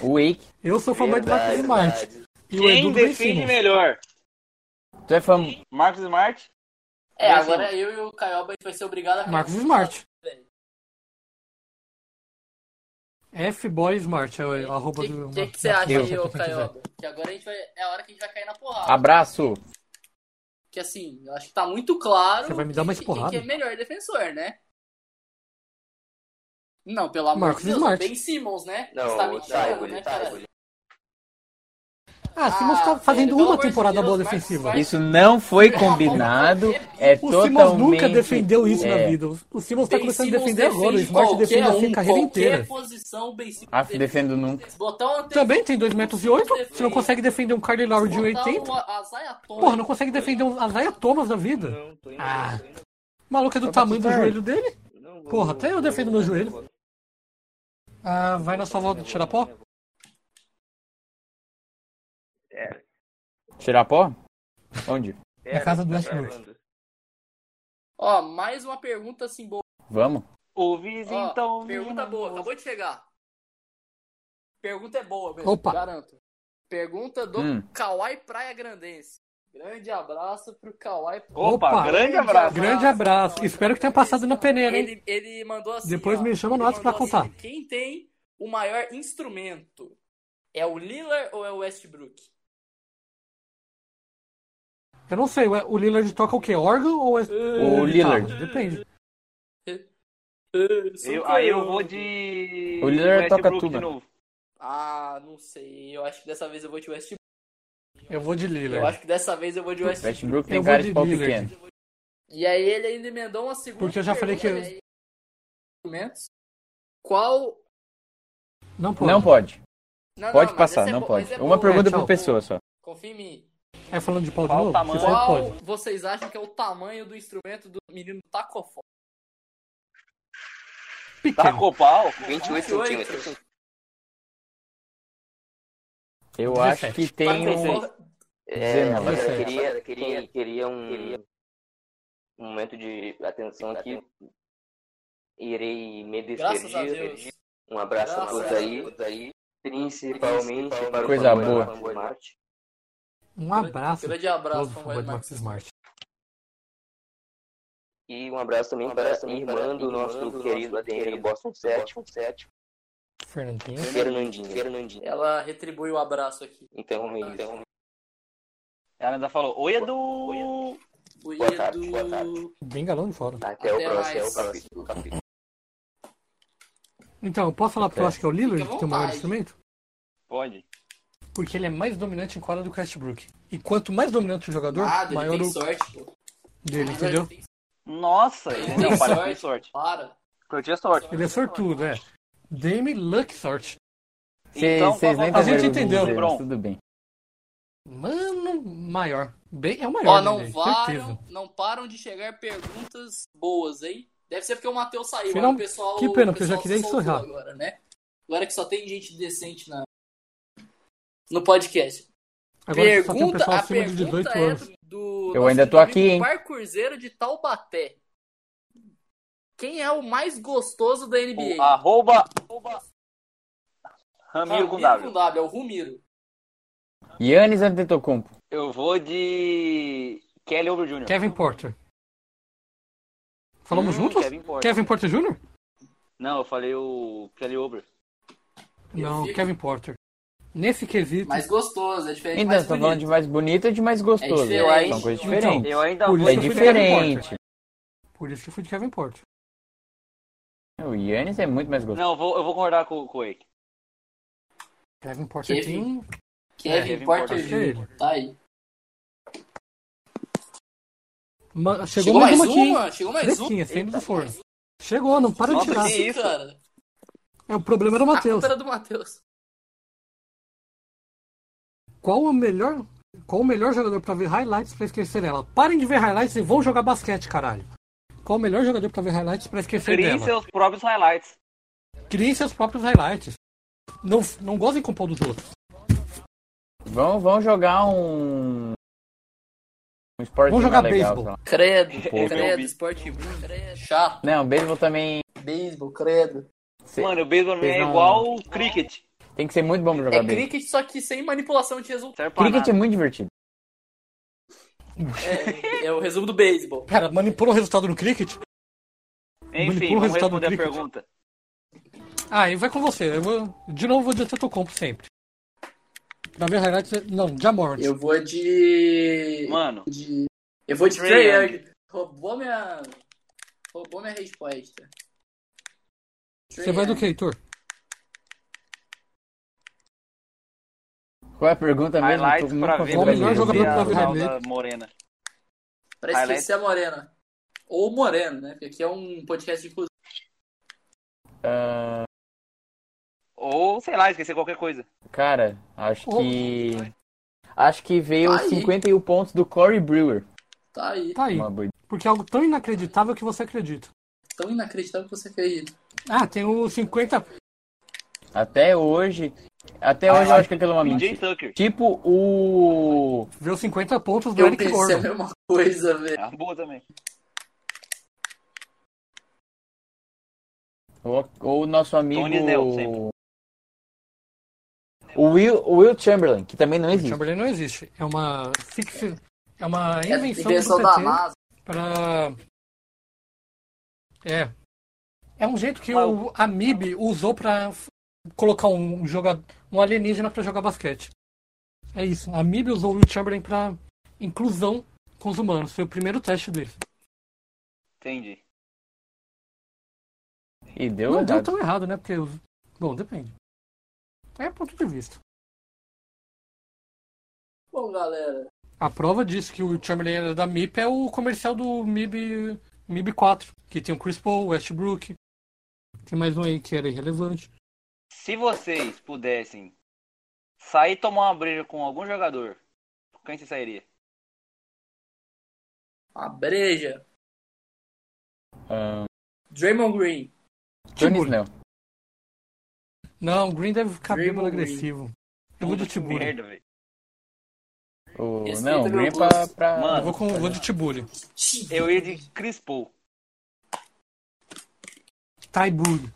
Speaker 6: O Wake.
Speaker 2: Eu sou fanboy do Marcos Smart. E o
Speaker 4: Quem
Speaker 2: Edu tá do Ben
Speaker 4: define
Speaker 2: Simmons.
Speaker 4: melhor?
Speaker 6: Tu é fã.
Speaker 4: Marcos Smart?
Speaker 1: É,
Speaker 4: Mas,
Speaker 1: agora eu e o Caioba a gente vai ser obrigado a.
Speaker 2: Marcos Smart. F-Boy Smart é o
Speaker 1: O
Speaker 2: arroba
Speaker 1: que,
Speaker 2: do.
Speaker 1: que, que você acha aí, ô
Speaker 2: Quem quiser.
Speaker 1: Caioba? Que agora a gente vai. É a hora que a gente vai cair na porrada.
Speaker 6: Abraço.
Speaker 1: Que assim, eu acho que tá muito claro.
Speaker 2: Você vai me dar
Speaker 1: quem-
Speaker 2: mais
Speaker 1: quem
Speaker 2: porrada?
Speaker 1: que é melhor defensor, né? Não, pelo amor
Speaker 2: Marcos
Speaker 1: de Deus, é
Speaker 2: Smart.
Speaker 1: Ben Simmons, né? Você tá
Speaker 5: Não,
Speaker 1: me
Speaker 5: o
Speaker 1: tirando,
Speaker 5: Taigo,
Speaker 1: né,
Speaker 5: o
Speaker 1: cara?
Speaker 5: Taigo.
Speaker 2: Ah, Simmons tá
Speaker 1: Ah,
Speaker 2: fazendo
Speaker 1: pelo
Speaker 2: uma
Speaker 1: amor de
Speaker 2: temporada
Speaker 1: Deus,
Speaker 2: boa
Speaker 1: Marcos
Speaker 2: defensiva.
Speaker 1: Smart.
Speaker 6: Isso não foi combinado. É
Speaker 2: O
Speaker 6: totalmente.
Speaker 2: Simmons nunca defendeu isso na
Speaker 6: é.
Speaker 2: vida. O Simmons tá
Speaker 1: Ben
Speaker 2: começando a
Speaker 1: Simmons
Speaker 2: defender agora. O
Speaker 1: defende
Speaker 2: Smart
Speaker 1: qualquer
Speaker 2: defende assim a
Speaker 1: um,
Speaker 2: carreira
Speaker 1: qualquer
Speaker 2: inteira.
Speaker 1: posição, Ben Simmons
Speaker 6: Ah,
Speaker 1: defende.
Speaker 6: defendo nunca.
Speaker 1: Botar uma antena-
Speaker 2: Também tem 2 metros e 8. Você não consegue defender um Carly Lowry de
Speaker 1: botar
Speaker 2: 80.
Speaker 1: uma- a Zaya Thomas.
Speaker 2: Porra, não consegue defender um Azaia Thomas da vida. ah. O maluco é do tamanho do joelho dele? Porra, até eu defendo meu joelho. Ah, vai na sua volta do Tirapó?
Speaker 6: Tirar pó? Onde?
Speaker 2: Na casa do Westbrook.
Speaker 1: Ó, mais uma pergunta assim boa.
Speaker 6: Vamos.
Speaker 4: O vizinho
Speaker 1: Ó,
Speaker 4: então.
Speaker 1: pergunta boa, acabou de chegar. Pergunta é boa mesmo,
Speaker 2: Opa.
Speaker 1: garanto. Pergunta do
Speaker 6: Hum.
Speaker 1: Kawai Praia Grandense. Grande abraço pro Kawai
Speaker 4: Opa,
Speaker 2: Opa.
Speaker 4: grande abraço.
Speaker 2: Grande abraço. Espero que tenha passado na peneira, hein?
Speaker 1: Ele, ele mandou assim.
Speaker 2: Depois
Speaker 1: ó,
Speaker 2: me chama no
Speaker 1: ele
Speaker 2: WhatsApp pra
Speaker 1: mandou assim,
Speaker 2: contar.
Speaker 1: Quem tem o maior instrumento? É o Lillard ou é o Westbrook?
Speaker 2: Eu não sei, o Lillard toca o quê? Órgão ou é...
Speaker 6: O Lillard.
Speaker 2: guitarra? Depende.
Speaker 4: Eu, aí eu vou de.
Speaker 6: O Lillard toca
Speaker 4: Westbrook
Speaker 6: tudo.
Speaker 4: de novo.
Speaker 1: Ah, não sei. Eu acho que dessa vez eu vou de Westbrook.
Speaker 2: Eu vou de
Speaker 1: Eu
Speaker 2: Lillard.
Speaker 1: acho que dessa vez eu vou de Westbrook.
Speaker 6: Westbrook
Speaker 2: Eu
Speaker 6: tem
Speaker 2: vou
Speaker 6: cara
Speaker 2: de
Speaker 6: de pau
Speaker 2: Lillard.
Speaker 6: pequeno.
Speaker 1: E aí ele ainda emendou uma segunda
Speaker 2: Porque eu já falei que eu-
Speaker 1: pergunta, né? Instrumentos. Qual...
Speaker 2: Não pode.
Speaker 6: Não pode.
Speaker 1: Não,
Speaker 6: Pode
Speaker 1: não, mas
Speaker 6: passar,
Speaker 1: essa é
Speaker 6: não
Speaker 1: bo-
Speaker 6: pode.
Speaker 1: mas é
Speaker 6: Uma
Speaker 1: boa,
Speaker 6: pergunta
Speaker 1: é
Speaker 2: tchau.
Speaker 6: por
Speaker 1: boa.
Speaker 6: pessoa só.
Speaker 1: Confia em mim.
Speaker 2: É falando de pau de
Speaker 4: Qual
Speaker 2: novo?
Speaker 4: o tamanho?
Speaker 2: Você
Speaker 4: Mas
Speaker 1: Qual
Speaker 2: sabe que pode.
Speaker 1: vocês acham que é o tamanho do instrumento do menino tacofone?
Speaker 2: Pequeno.
Speaker 4: Tacou pau?
Speaker 5: 28 centímetros.
Speaker 6: Eu
Speaker 2: 17.
Speaker 6: acho que tem um.
Speaker 5: É,
Speaker 6: Não,
Speaker 5: a galera
Speaker 2: dezessete.
Speaker 5: queria, ela queria, queria um, um momento de atenção aqui. Irei me
Speaker 1: Graças a Deus.
Speaker 5: despedir. Um abraço a
Speaker 1: Graças
Speaker 5: todos
Speaker 1: a
Speaker 5: aí, aí. Principalmente para o
Speaker 6: Coisa
Speaker 5: fanboy
Speaker 6: boa.
Speaker 5: do Fanboy Marte.
Speaker 2: Um abraço.
Speaker 1: Grande
Speaker 2: a
Speaker 1: abraço,
Speaker 2: todos os
Speaker 1: Samuel
Speaker 2: fanboys do
Speaker 1: Marques.
Speaker 2: Max Smart.
Speaker 5: E um abraço também para a irmã do nosso querido ADN do Boston 7,
Speaker 2: Fernandinho.
Speaker 5: Fernandinho. Então, Fernandinho.
Speaker 1: Ela retribui o abraço aqui.
Speaker 5: Então, então,
Speaker 4: Ela ainda falou. Oi, Edu.
Speaker 1: O
Speaker 5: Boa
Speaker 1: Edu-
Speaker 5: tarde, boa tarde.
Speaker 2: Bem galão de fora.
Speaker 5: até o
Speaker 1: Até mais.
Speaker 5: próximo capítulo. capítulo.
Speaker 2: Então, eu posso falar porque eu acho que é o Lillard
Speaker 1: Fica à
Speaker 2: que tem o maior
Speaker 1: vontade.
Speaker 2: instrumento?
Speaker 4: Pode.
Speaker 2: Porque ele é mais dominante em quadra do que o Westbrook. E quanto mais dominante o jogador,
Speaker 1: Nada, ele
Speaker 2: maior
Speaker 1: tem
Speaker 2: o
Speaker 1: sorte, pô.
Speaker 2: dele,
Speaker 1: Ele
Speaker 2: entendeu?
Speaker 1: tem-
Speaker 4: Nossa, ele
Speaker 1: Ele
Speaker 4: deu
Speaker 1: tem
Speaker 4: para sorte.
Speaker 1: sorte.
Speaker 4: sorte.
Speaker 1: Para.
Speaker 4: Eu tinha sorte.
Speaker 2: Ele é sortudo, é. Dame Luck Sorte.
Speaker 6: Vocês
Speaker 4: Então,
Speaker 6: vocês nem
Speaker 4: a
Speaker 2: gente
Speaker 6: entenderam o que
Speaker 2: entendeu.
Speaker 6: eu quis dizer, mas
Speaker 4: Bron.
Speaker 6: Tudo bem.
Speaker 2: Mano, maior. Bem, é o maior.
Speaker 1: Ó, não
Speaker 2: dele,
Speaker 1: param,
Speaker 2: certeza.
Speaker 1: não param de chegar perguntas boas, hein? Deve ser porque o Matheus saiu,
Speaker 2: Final-
Speaker 1: aí o pessoal.
Speaker 2: que pena,
Speaker 1: o
Speaker 2: porque eu já
Speaker 1: pessoal
Speaker 2: queria
Speaker 1: soltou
Speaker 2: encerrar.
Speaker 1: Agora, né? agora que só tem gente decente na... no podcast.
Speaker 2: Agora só tem um
Speaker 1: pergunta,
Speaker 2: pessoal
Speaker 1: a
Speaker 2: acima de
Speaker 1: pergunta
Speaker 2: 18
Speaker 1: é
Speaker 2: anos.
Speaker 1: do.
Speaker 6: Eu
Speaker 1: nosso
Speaker 6: ainda tô
Speaker 1: amigo
Speaker 6: aqui, hein?
Speaker 1: Parcurzeiro de Taubaté. Quem é o mais gostoso da NBA?
Speaker 4: O arroba. Ramiro com W.
Speaker 1: é o Rumiro.
Speaker 6: Yannis Antetokounmpo.
Speaker 4: Eu vou de. Kelly Ouro Jr.
Speaker 2: Kevin Porter. Falamos
Speaker 4: Hum,
Speaker 2: juntos?
Speaker 4: Kevin Porter.
Speaker 2: Kevin Porter Jr.?
Speaker 4: Não, eu falei o Kelly Ouro.
Speaker 2: Não,
Speaker 1: fico.
Speaker 2: Kevin Porter. Nesse quesito,
Speaker 1: Mais gostoso, é diferente.
Speaker 6: Então,
Speaker 1: mais
Speaker 6: você tá
Speaker 1: bonito.
Speaker 6: falando de mais bonito ou de mais gostoso?
Speaker 1: diferente.
Speaker 6: São coisas
Speaker 1: Então,
Speaker 6: diferentes.
Speaker 4: Eu ainda
Speaker 2: Por isso
Speaker 4: vou.
Speaker 6: É
Speaker 2: eu fui
Speaker 6: diferente.
Speaker 2: por isso que eu fui de Kevin Porter.
Speaker 6: O Yannis é muito mais gostoso.
Speaker 4: Não, eu vou, eu vou concordar com, com o Eike.
Speaker 2: Kevin Porter
Speaker 1: Kevin.
Speaker 2: tem.
Speaker 1: Kevin,
Speaker 4: É, Kevin
Speaker 1: Porter
Speaker 2: Porter.
Speaker 1: Jr. Tá aí.
Speaker 2: Ma- Chegou,
Speaker 1: Chegou mais
Speaker 2: uma um aqui. hein?
Speaker 1: uma? Chegou mais um. uma?
Speaker 2: Fresquinha, saindo do forno. Chegou, não para de
Speaker 4: Nossa,
Speaker 2: tirar.
Speaker 4: que isso?
Speaker 1: cara.
Speaker 2: É, o problema era o
Speaker 1: A
Speaker 2: Matheus.
Speaker 1: culpa era do Matheus.
Speaker 2: Qual o melhor. Qual o melhor jogador pra ver highlights pra esquecer dela? Parem de ver highlights e vão jogar basquete, caralho. Qual o melhor jogador pra ver highlights pra esquecer
Speaker 4: Criem
Speaker 2: dela?
Speaker 4: seus próprios highlights.
Speaker 2: Criem seus próprios highlights. Não, não gozem com o pau dos outros.
Speaker 6: Vão, vão jogar um. Um esporte
Speaker 2: Vão jogar
Speaker 6: mais legal,
Speaker 2: beisebol.
Speaker 6: sei lá.
Speaker 1: Credo,
Speaker 6: Pô,
Speaker 1: credo,
Speaker 4: vi.
Speaker 1: esporte ruim, credo. Chato,
Speaker 6: Não, beisebol também.
Speaker 1: beisebol, credo.
Speaker 6: cê-
Speaker 4: Mano, o beisebol
Speaker 6: Vocês
Speaker 4: é
Speaker 6: não-
Speaker 4: igual o cricket.
Speaker 6: Tem que ser muito bom pra jogar
Speaker 1: É
Speaker 6: beisebol.
Speaker 1: cricket, só que sem manipulação de resultado.
Speaker 4: Serve pra
Speaker 6: Cricket é
Speaker 4: nada.
Speaker 6: muito divertido.
Speaker 1: É, é o resumo do beisebol.
Speaker 2: Cara, manipula o resultado no cricket.
Speaker 4: Enfim,
Speaker 2: manipula é o
Speaker 4: vamos
Speaker 2: resultado do
Speaker 4: responder a
Speaker 2: cricket.
Speaker 4: pergunta.
Speaker 2: Ah, e vai com você. Eu vou- de novo, vou de Santo Compro sempre. Na minha realidade, você- não, Jamorant.
Speaker 1: Eu vou de.
Speaker 4: Mano,
Speaker 1: de- Eu vou de
Speaker 4: Trae
Speaker 1: Trae
Speaker 4: Young.
Speaker 1: Young. Roubou minha. Roubou minha resposta.
Speaker 2: Você vai do que, Heitor?
Speaker 6: Qual é a pergunta mesmo?
Speaker 4: highlights
Speaker 6: Tô muito
Speaker 4: pra ver
Speaker 6: confuso
Speaker 2: o
Speaker 4: da
Speaker 2: melhor
Speaker 6: mesmo.
Speaker 2: jogador
Speaker 4: a
Speaker 2: da vida
Speaker 4: tal
Speaker 2: dele.
Speaker 4: da Morena.
Speaker 1: Pra
Speaker 4: Highlight.
Speaker 1: esquecer a é Morena. Ou Moreno, né? Porque aqui é um podcast de inclusão.
Speaker 6: Ah,
Speaker 4: Ou, sei lá, esquecer qualquer coisa.
Speaker 6: cara, acho
Speaker 2: Oh.
Speaker 6: que. Acho que veio
Speaker 1: Aí.
Speaker 6: 51 pontos do Corey Brewer.
Speaker 1: Tá aí.
Speaker 2: Tá aí.
Speaker 6: Uma boa
Speaker 2: Porque é algo tão inacreditável que você acredita.
Speaker 1: Tão inacreditável que você acredita.
Speaker 2: Ah, tem o 50.
Speaker 6: Até hoje. Até hoje eu acho que aquilo é uma
Speaker 4: PJ
Speaker 6: mentira.
Speaker 4: Tucker.
Speaker 6: Tipo o.
Speaker 2: Vê os 50 pontos do
Speaker 1: Eu
Speaker 2: Eric
Speaker 1: pensei a
Speaker 2: Gordon.
Speaker 1: mesma coisa, velho.
Speaker 4: É uma boa também.
Speaker 6: Ou ou o nosso amigo.
Speaker 4: Tony Snell, sempre.
Speaker 6: O Will, o Will Chamberlain, que também não existe.
Speaker 2: Chamberlain não existe. É uma ficção. É uma
Speaker 1: É a
Speaker 2: invenção,
Speaker 1: invenção
Speaker 2: do
Speaker 1: da
Speaker 2: PT
Speaker 1: NASA.
Speaker 2: pra. É. É um jeito que
Speaker 4: Mas-
Speaker 2: o Amib usou pra f- colocar um jogador, um alienígena pra jogar basquete. É isso. A Amib usou o Will Chamberlain pra inclusão com os humanos. Foi o primeiro teste dele.
Speaker 4: Entendi.
Speaker 6: E deu
Speaker 2: Não deu
Speaker 6: errado.
Speaker 2: tão errado, né? Porque. os- Bom, depende. É ponto de vista.
Speaker 1: Bom, galera.
Speaker 2: A prova disso que o Chamberlain era da MIP é o comercial do MIB, MIB 4, que tem o Chris Paul, o Westbrook. Tem mais um aí que era irrelevante.
Speaker 4: Se vocês pudessem sair e tomar uma breja com algum jogador, com quem você sairia?
Speaker 1: A breja.
Speaker 6: Ah,
Speaker 1: Draymond Green.
Speaker 6: Tony
Speaker 2: Tiburi.
Speaker 6: Snell.
Speaker 2: Não, o Green deve ficar
Speaker 1: Draymond
Speaker 2: bêbado
Speaker 1: Green.
Speaker 2: agressivo. Eu vou de né?
Speaker 4: Puta, que
Speaker 2: Tiburi.
Speaker 4: Merda, velho.
Speaker 6: O...
Speaker 1: Esse
Speaker 6: Não, o
Speaker 1: aí
Speaker 6: Green é
Speaker 1: também eu
Speaker 6: pra,
Speaker 1: gosto.
Speaker 6: pra-
Speaker 2: Eu
Speaker 4: Mano.
Speaker 2: vou, com, vou de Tiburi.
Speaker 4: Eu ia de Chris Paul.
Speaker 2: Taiburi.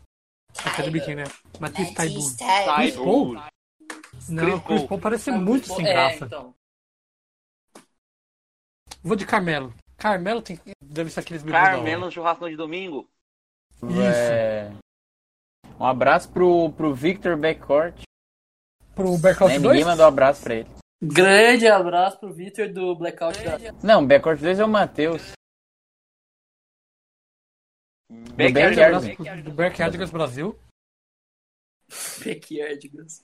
Speaker 2: Aquele biquinho, né? Matheus Taiburi.
Speaker 4: Sai,
Speaker 2: Paul?
Speaker 4: Paul.
Speaker 2: Não, o Chris
Speaker 4: Paul.
Speaker 2: Paul parece muito sem
Speaker 1: É,
Speaker 2: graça.
Speaker 1: então.
Speaker 2: Vou de Carmelo. Carmelo tem... deve ser aqueles bebês da hora.
Speaker 4: Carmelo no churrasco de domingo.
Speaker 6: É... Um abraço pro, pro Victor Backcourt.
Speaker 2: Pro Backcourt
Speaker 6: né?
Speaker 2: 2?
Speaker 6: Ninguém mandou um abraço pra ele.
Speaker 1: Grande abraço pro Victor do Blackout da...
Speaker 6: Não, Backcourt 2 é o Matheus.
Speaker 4: Backyard
Speaker 2: Grande abraço
Speaker 6: Backyard. né?
Speaker 2: pro- do Backyard Brasil.
Speaker 1: Backyard, Gus.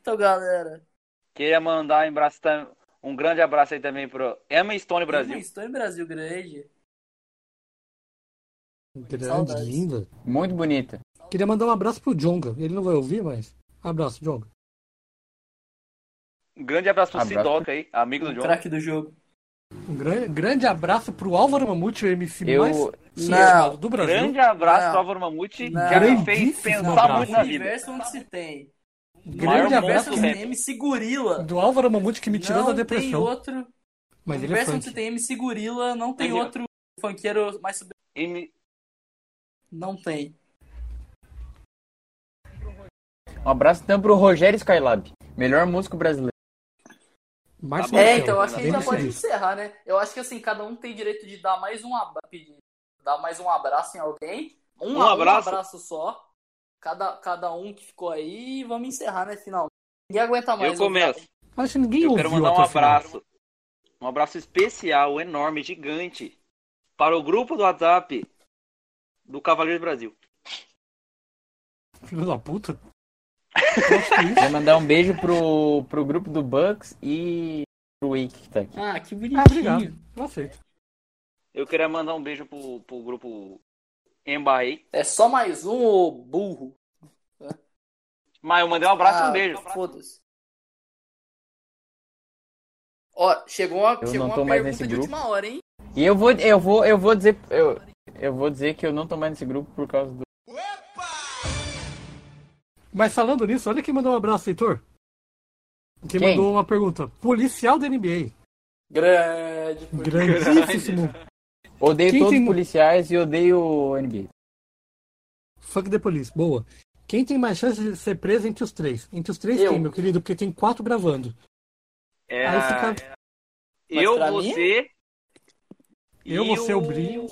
Speaker 1: Então, galera.
Speaker 4: Queria mandar um abraço tam- um grande abraço aí também pro Emma Stone Brasil.
Speaker 1: Estou em Brasil Grande.
Speaker 2: Grande,
Speaker 1: Saudades.
Speaker 2: linda.
Speaker 6: Muito bonita.
Speaker 2: Queria mandar um abraço pro Jonga. Ele não vai ouvir, mas. Abraço, Jonga.
Speaker 4: Um grande abraço pro
Speaker 6: Abraço.
Speaker 4: Sidoca aí, amigo do
Speaker 1: O
Speaker 4: John.
Speaker 1: craque do jogo.
Speaker 2: Um gran- grande abraço pro Álvaro Mamute, o MC
Speaker 6: Eu-
Speaker 2: mais
Speaker 6: Não.
Speaker 2: estimado do Brasil.
Speaker 4: Grande abraço
Speaker 1: Não.
Speaker 4: pro Álvaro Mamute,
Speaker 1: Não.
Speaker 4: que me fez
Speaker 2: Grandíssimo
Speaker 4: pensar
Speaker 2: abraço.
Speaker 4: muito na vida.
Speaker 1: universo onde se tem.
Speaker 2: Grande
Speaker 4: maior
Speaker 2: abraço
Speaker 1: universo onde
Speaker 4: monstro
Speaker 1: se tem MC Gorila.
Speaker 2: do Álvaro Mamute que me tirou
Speaker 1: não
Speaker 2: da
Speaker 1: tem
Speaker 2: depressão.
Speaker 1: outro.
Speaker 2: Mas ele é
Speaker 1: universo onde
Speaker 2: funk.
Speaker 1: se tem MC Gorila, não tem
Speaker 4: Entendeu?
Speaker 1: outro funkeiro mais sobre...
Speaker 4: E me-
Speaker 1: Não tem.
Speaker 6: Um abraço então pro Rogério Skylab. Melhor músico brasileiro.
Speaker 2: Márcio
Speaker 4: Tá bom.
Speaker 2: Marcelo,
Speaker 1: É, então eu acho que a gente já
Speaker 2: lembre-se
Speaker 1: pode
Speaker 2: disso.
Speaker 1: encerrar, né? Eu acho que assim, cada um tem direito de dar mais um abraço, dar mais um abraço em alguém. Um,
Speaker 4: Um abraço.
Speaker 1: um abraço só. Cada, cada um que ficou aí e vamos encerrar, né? Final. Ninguém aguenta mais.
Speaker 4: Eu começo.
Speaker 2: Acho que ninguém
Speaker 4: Eu
Speaker 2: ouviu.
Speaker 4: quero mandar um
Speaker 2: até o final.
Speaker 4: abraço. Um abraço especial, enorme, gigante, para o grupo do WhatsApp do Cavaleiro do Brasil.
Speaker 2: Filho da puta.
Speaker 6: Queria mandar um beijo pro, pro grupo do Bucks e pro Wiki que tá aqui.
Speaker 1: Ah, que
Speaker 2: Ah, obrigado. Eu aceito.
Speaker 4: Eu queria mandar um beijo pro, pro grupo Embaí.
Speaker 1: É só mais um, ô burro.
Speaker 4: Mas eu mandei um abraço e
Speaker 1: Ah,
Speaker 4: um beijo.
Speaker 1: Foda-se. Ó, chegou uma,
Speaker 6: Eu
Speaker 1: chegou
Speaker 6: não
Speaker 1: uma
Speaker 6: tô mais
Speaker 1: pergunta
Speaker 6: nesse
Speaker 1: de
Speaker 6: grupo.
Speaker 1: última hora, hein?
Speaker 6: E eu vou, eu vou, eu vou dizer, eu, eu vou dizer que eu não tô mais nesse grupo por causa do.
Speaker 2: Mas falando nisso, olha quem mandou um abraço, Heitor. Quem,
Speaker 6: Quem?
Speaker 2: mandou uma pergunta. Policial da NBA.
Speaker 1: Grande. porque-
Speaker 2: Grandíssimo.
Speaker 6: Odeio
Speaker 2: Quem
Speaker 6: todos
Speaker 2: tem-
Speaker 6: os policiais e odeio o NBA.
Speaker 2: Fuck the police. Boa. Quem tem mais chance de ser preso entre os três? Entre os três
Speaker 1: Eu.
Speaker 2: quem, meu querido? Porque tem quatro gravando.
Speaker 4: É,
Speaker 2: Aí fica
Speaker 6: Mas
Speaker 4: eu,
Speaker 6: pra
Speaker 4: você.
Speaker 2: eu,
Speaker 4: e
Speaker 2: você, o Brinho.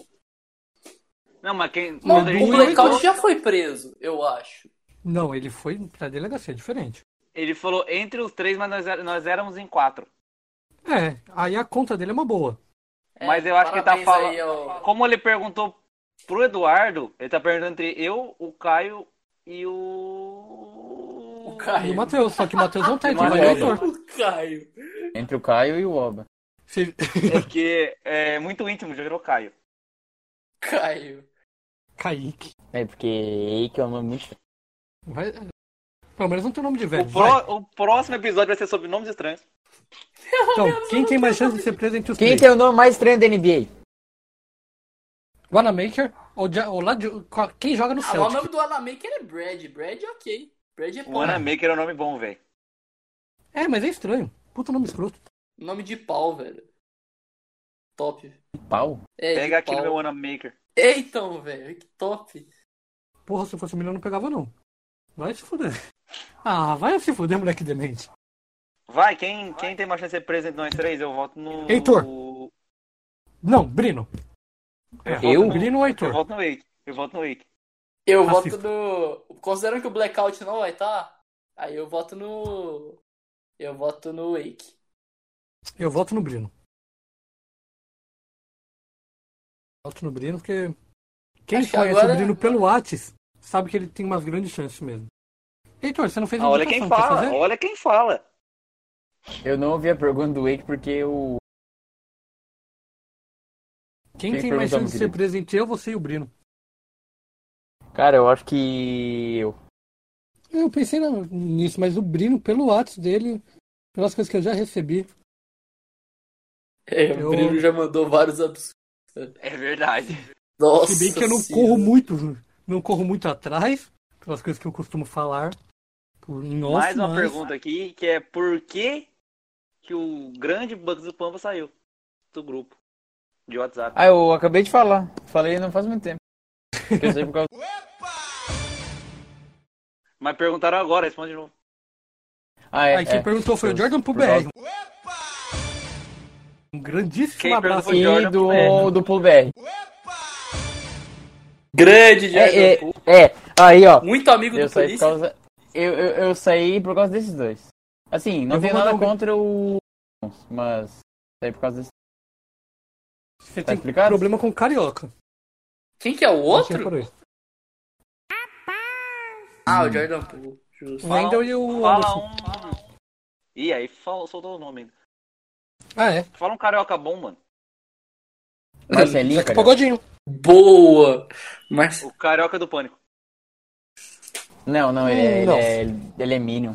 Speaker 4: Não, é mas quem.
Speaker 1: Não,
Speaker 4: quando a
Speaker 1: o
Speaker 4: gente
Speaker 2: Brinho- é
Speaker 1: Blackout já foi preso, eu acho.
Speaker 2: Não, ele foi pra delegacia, é diferente.
Speaker 4: Ele falou entre os três, mas nós, é- nós éramos em quatro.
Speaker 2: É, aí a conta dele é uma boa.
Speaker 1: É,
Speaker 4: Mas eu acho que ele tá
Speaker 1: parabéns
Speaker 4: falando-
Speaker 1: aí ao-
Speaker 4: Como ele perguntou pro Eduardo, ele tá perguntando entre eu, o Caio e o.
Speaker 1: O
Speaker 2: E o
Speaker 1: Caio.
Speaker 2: Matheus, só que o Matheus não tá entre
Speaker 4: O
Speaker 2: o
Speaker 4: Matheus.
Speaker 2: Heitor.
Speaker 1: O Caio.
Speaker 6: Entre o Caio e o Oba.
Speaker 2: Se-
Speaker 4: É que é muito íntimo, já virou Caio.
Speaker 1: Caio.
Speaker 2: Kaique.
Speaker 6: É, porque Eike é um nome muito.
Speaker 2: Vai... Pelo menos não tem nome de
Speaker 4: O,
Speaker 2: velho.
Speaker 4: pró-
Speaker 2: vai.
Speaker 4: o próximo episódio vai ser sobre nomes estranhos.
Speaker 2: Então, quem tem mais chance de ser preso entre os
Speaker 6: Quem
Speaker 2: três?
Speaker 6: tem o nome mais estranho da NBA?
Speaker 2: Wanamaker ou, Ja- ou lá de... qual- quem joga no
Speaker 1: Ah, mas o
Speaker 2: Celtic?
Speaker 1: nome do Anamaker é Brad. Brad é ok. Brad é
Speaker 4: O
Speaker 1: pau.
Speaker 4: Anamaker é um nome bom, velho.
Speaker 2: É, mas é estranho. Puta nome escroto.
Speaker 1: Nome de pau, velho. Top.
Speaker 6: Pau?
Speaker 1: É, de
Speaker 4: Pega aqui
Speaker 1: pau.
Speaker 4: no meu Anamaker.
Speaker 1: É, então, velho. Que top.
Speaker 2: Porra, se eu fosse melhor eu não pegava não. Vai se fuder. Ah, vai se fuder, moleque demente.
Speaker 4: Vai, quem, quem tem mais chance de ser preso entre nós três, eu voto no.
Speaker 2: Heitor.
Speaker 4: Eu
Speaker 2: Não, Brino. É,
Speaker 6: Eu?
Speaker 2: Brino ou Heitor?
Speaker 4: voto no Wake. Eu voto no Wake.
Speaker 1: Eu
Speaker 2: Racista.
Speaker 1: voto no. Considerando que o blackout não vai estar, aí eu voto no. Eu voto no Wake.
Speaker 2: Eu voto no Brino. Voto no Brino porque quem
Speaker 1: Acho que
Speaker 2: conhece
Speaker 1: agora-
Speaker 2: o Brino pelo Whats sabe que ele tem umas grandes chances mesmo. Heitor, você não fez
Speaker 4: Ah, olha quem
Speaker 2: indicação, quer
Speaker 4: fala,
Speaker 2: fazer?
Speaker 4: olha quem fala.
Speaker 6: Eu não ouvi a pergunta do Eike porque o.
Speaker 2: Quem,
Speaker 6: Quem
Speaker 2: tem mais chance
Speaker 6: perguntou,
Speaker 2: de
Speaker 6: meu
Speaker 2: ser
Speaker 6: querido?
Speaker 2: preso entre eu, você e o Brino?
Speaker 6: Cara, eu acho que. Eu.
Speaker 2: Eu pensei na- nisso, mas o Brino, pelo ato dele, pelas coisas que eu já recebi,
Speaker 1: É,
Speaker 2: Eu-
Speaker 1: o Bruno já mandou vários absurdos.
Speaker 4: É verdade.
Speaker 1: Nossa.
Speaker 2: se bem que eu não
Speaker 1: senhora.
Speaker 2: corro muito, não corro muito atrás, pelas coisas que eu costumo falar. Por, em off,
Speaker 4: Mais uma
Speaker 2: mas-
Speaker 4: pergunta aqui, que é por que, que o grande Bugs do Pampa saiu do grupo de WhatsApp?
Speaker 6: Ah, eu acabei de falar. Falei não faz muito tempo. Porque eu sei por causa-
Speaker 4: Mas perguntaram agora, responde de novo.
Speaker 6: Ah, é.
Speaker 2: Aí quem
Speaker 6: é.
Speaker 2: perguntou foi o
Speaker 6: Eu-
Speaker 2: Jordan pro
Speaker 6: por causa-
Speaker 2: BR. Um grandíssimo
Speaker 4: Quem perguntou
Speaker 2: abraço.
Speaker 4: foi o Jordan.
Speaker 6: E do, do Pulo BR.
Speaker 1: Grande Jordan
Speaker 6: É, é,
Speaker 1: Poole.
Speaker 6: é. Aí, ó.
Speaker 1: Muito amigo
Speaker 6: Eu
Speaker 1: do
Speaker 6: saí por
Speaker 1: polícia.
Speaker 6: causa. Eu, eu, eu saí por causa desses dois. Assim, não
Speaker 2: Eu
Speaker 6: tenho
Speaker 2: vou mandar
Speaker 6: nada
Speaker 2: um-
Speaker 6: contra o. Mas. Saí por causa desses.
Speaker 2: Você
Speaker 6: Tá
Speaker 2: tem
Speaker 6: explicado?
Speaker 2: problema com carioca.
Speaker 1: Quem que é o
Speaker 2: Quem
Speaker 1: outro?
Speaker 2: reparou isso?
Speaker 1: Ah, o Jordan Poole. Justo.
Speaker 2: O Wendel e o
Speaker 4: Fala
Speaker 2: Anderson.
Speaker 4: um. Ih, aí fala, soltou o nome ainda.
Speaker 2: Ah, é.
Speaker 4: Fala um carioca bom, mano.
Speaker 6: Marcelinho,
Speaker 2: Zeca
Speaker 6: é cara.
Speaker 2: Pagodinho.
Speaker 1: Boa! Mas.
Speaker 4: O carioca do pânico.
Speaker 6: Não, não, ele é, ele
Speaker 2: Não.
Speaker 6: é, ele é Minion.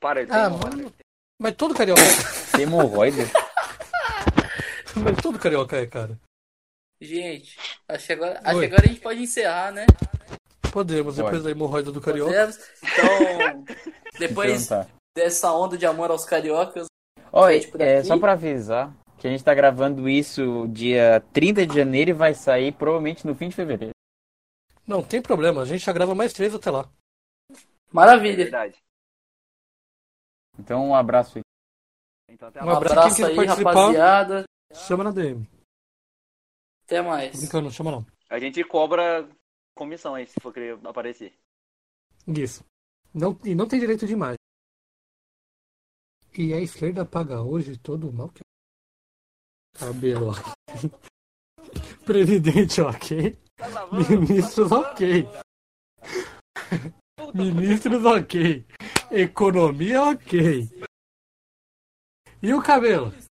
Speaker 4: Para, ele tem
Speaker 2: Ah,
Speaker 4: um-
Speaker 2: mano. Mas todo carioca.
Speaker 6: Hemorroida?
Speaker 2: mas todo carioca é, cara.
Speaker 1: Gente, acho que agora, acho que
Speaker 2: Oi.
Speaker 1: agora a gente pode encerrar, né?
Speaker 2: Podemos, depois da hemorroida do carioca.
Speaker 1: Podemos. Então, depois
Speaker 6: Então tá.
Speaker 1: dessa onda de amor aos cariocas,
Speaker 6: Ó,
Speaker 1: gente por
Speaker 6: é,
Speaker 1: aqui.
Speaker 6: só pra avisar que a gente tá gravando isso dia 30 de janeiro e vai sair provavelmente no fim de fevereiro.
Speaker 2: Não, tem problema. A gente já grava mais três até lá.
Speaker 4: É
Speaker 1: maravilha.
Speaker 4: verdade.
Speaker 6: Então um abraço aí.
Speaker 4: Então, até
Speaker 2: Um
Speaker 1: Um
Speaker 2: abraço,
Speaker 1: abraço
Speaker 2: quem
Speaker 1: aí,
Speaker 2: quiser participar.
Speaker 1: rapaziada.
Speaker 2: Chama na DM.
Speaker 1: Até
Speaker 2: Tô
Speaker 1: mais.
Speaker 2: Brincando, não chama não.
Speaker 4: A gente cobra comissão aí, se for querer aparecer.
Speaker 2: Isso. Não, e não tem direito de imagem. E a esquerda paga hoje todo o mal que. Cabelo. Presidente, ok. Ministros, ok. Ministros, ok. Economia, ok. E o cabelo?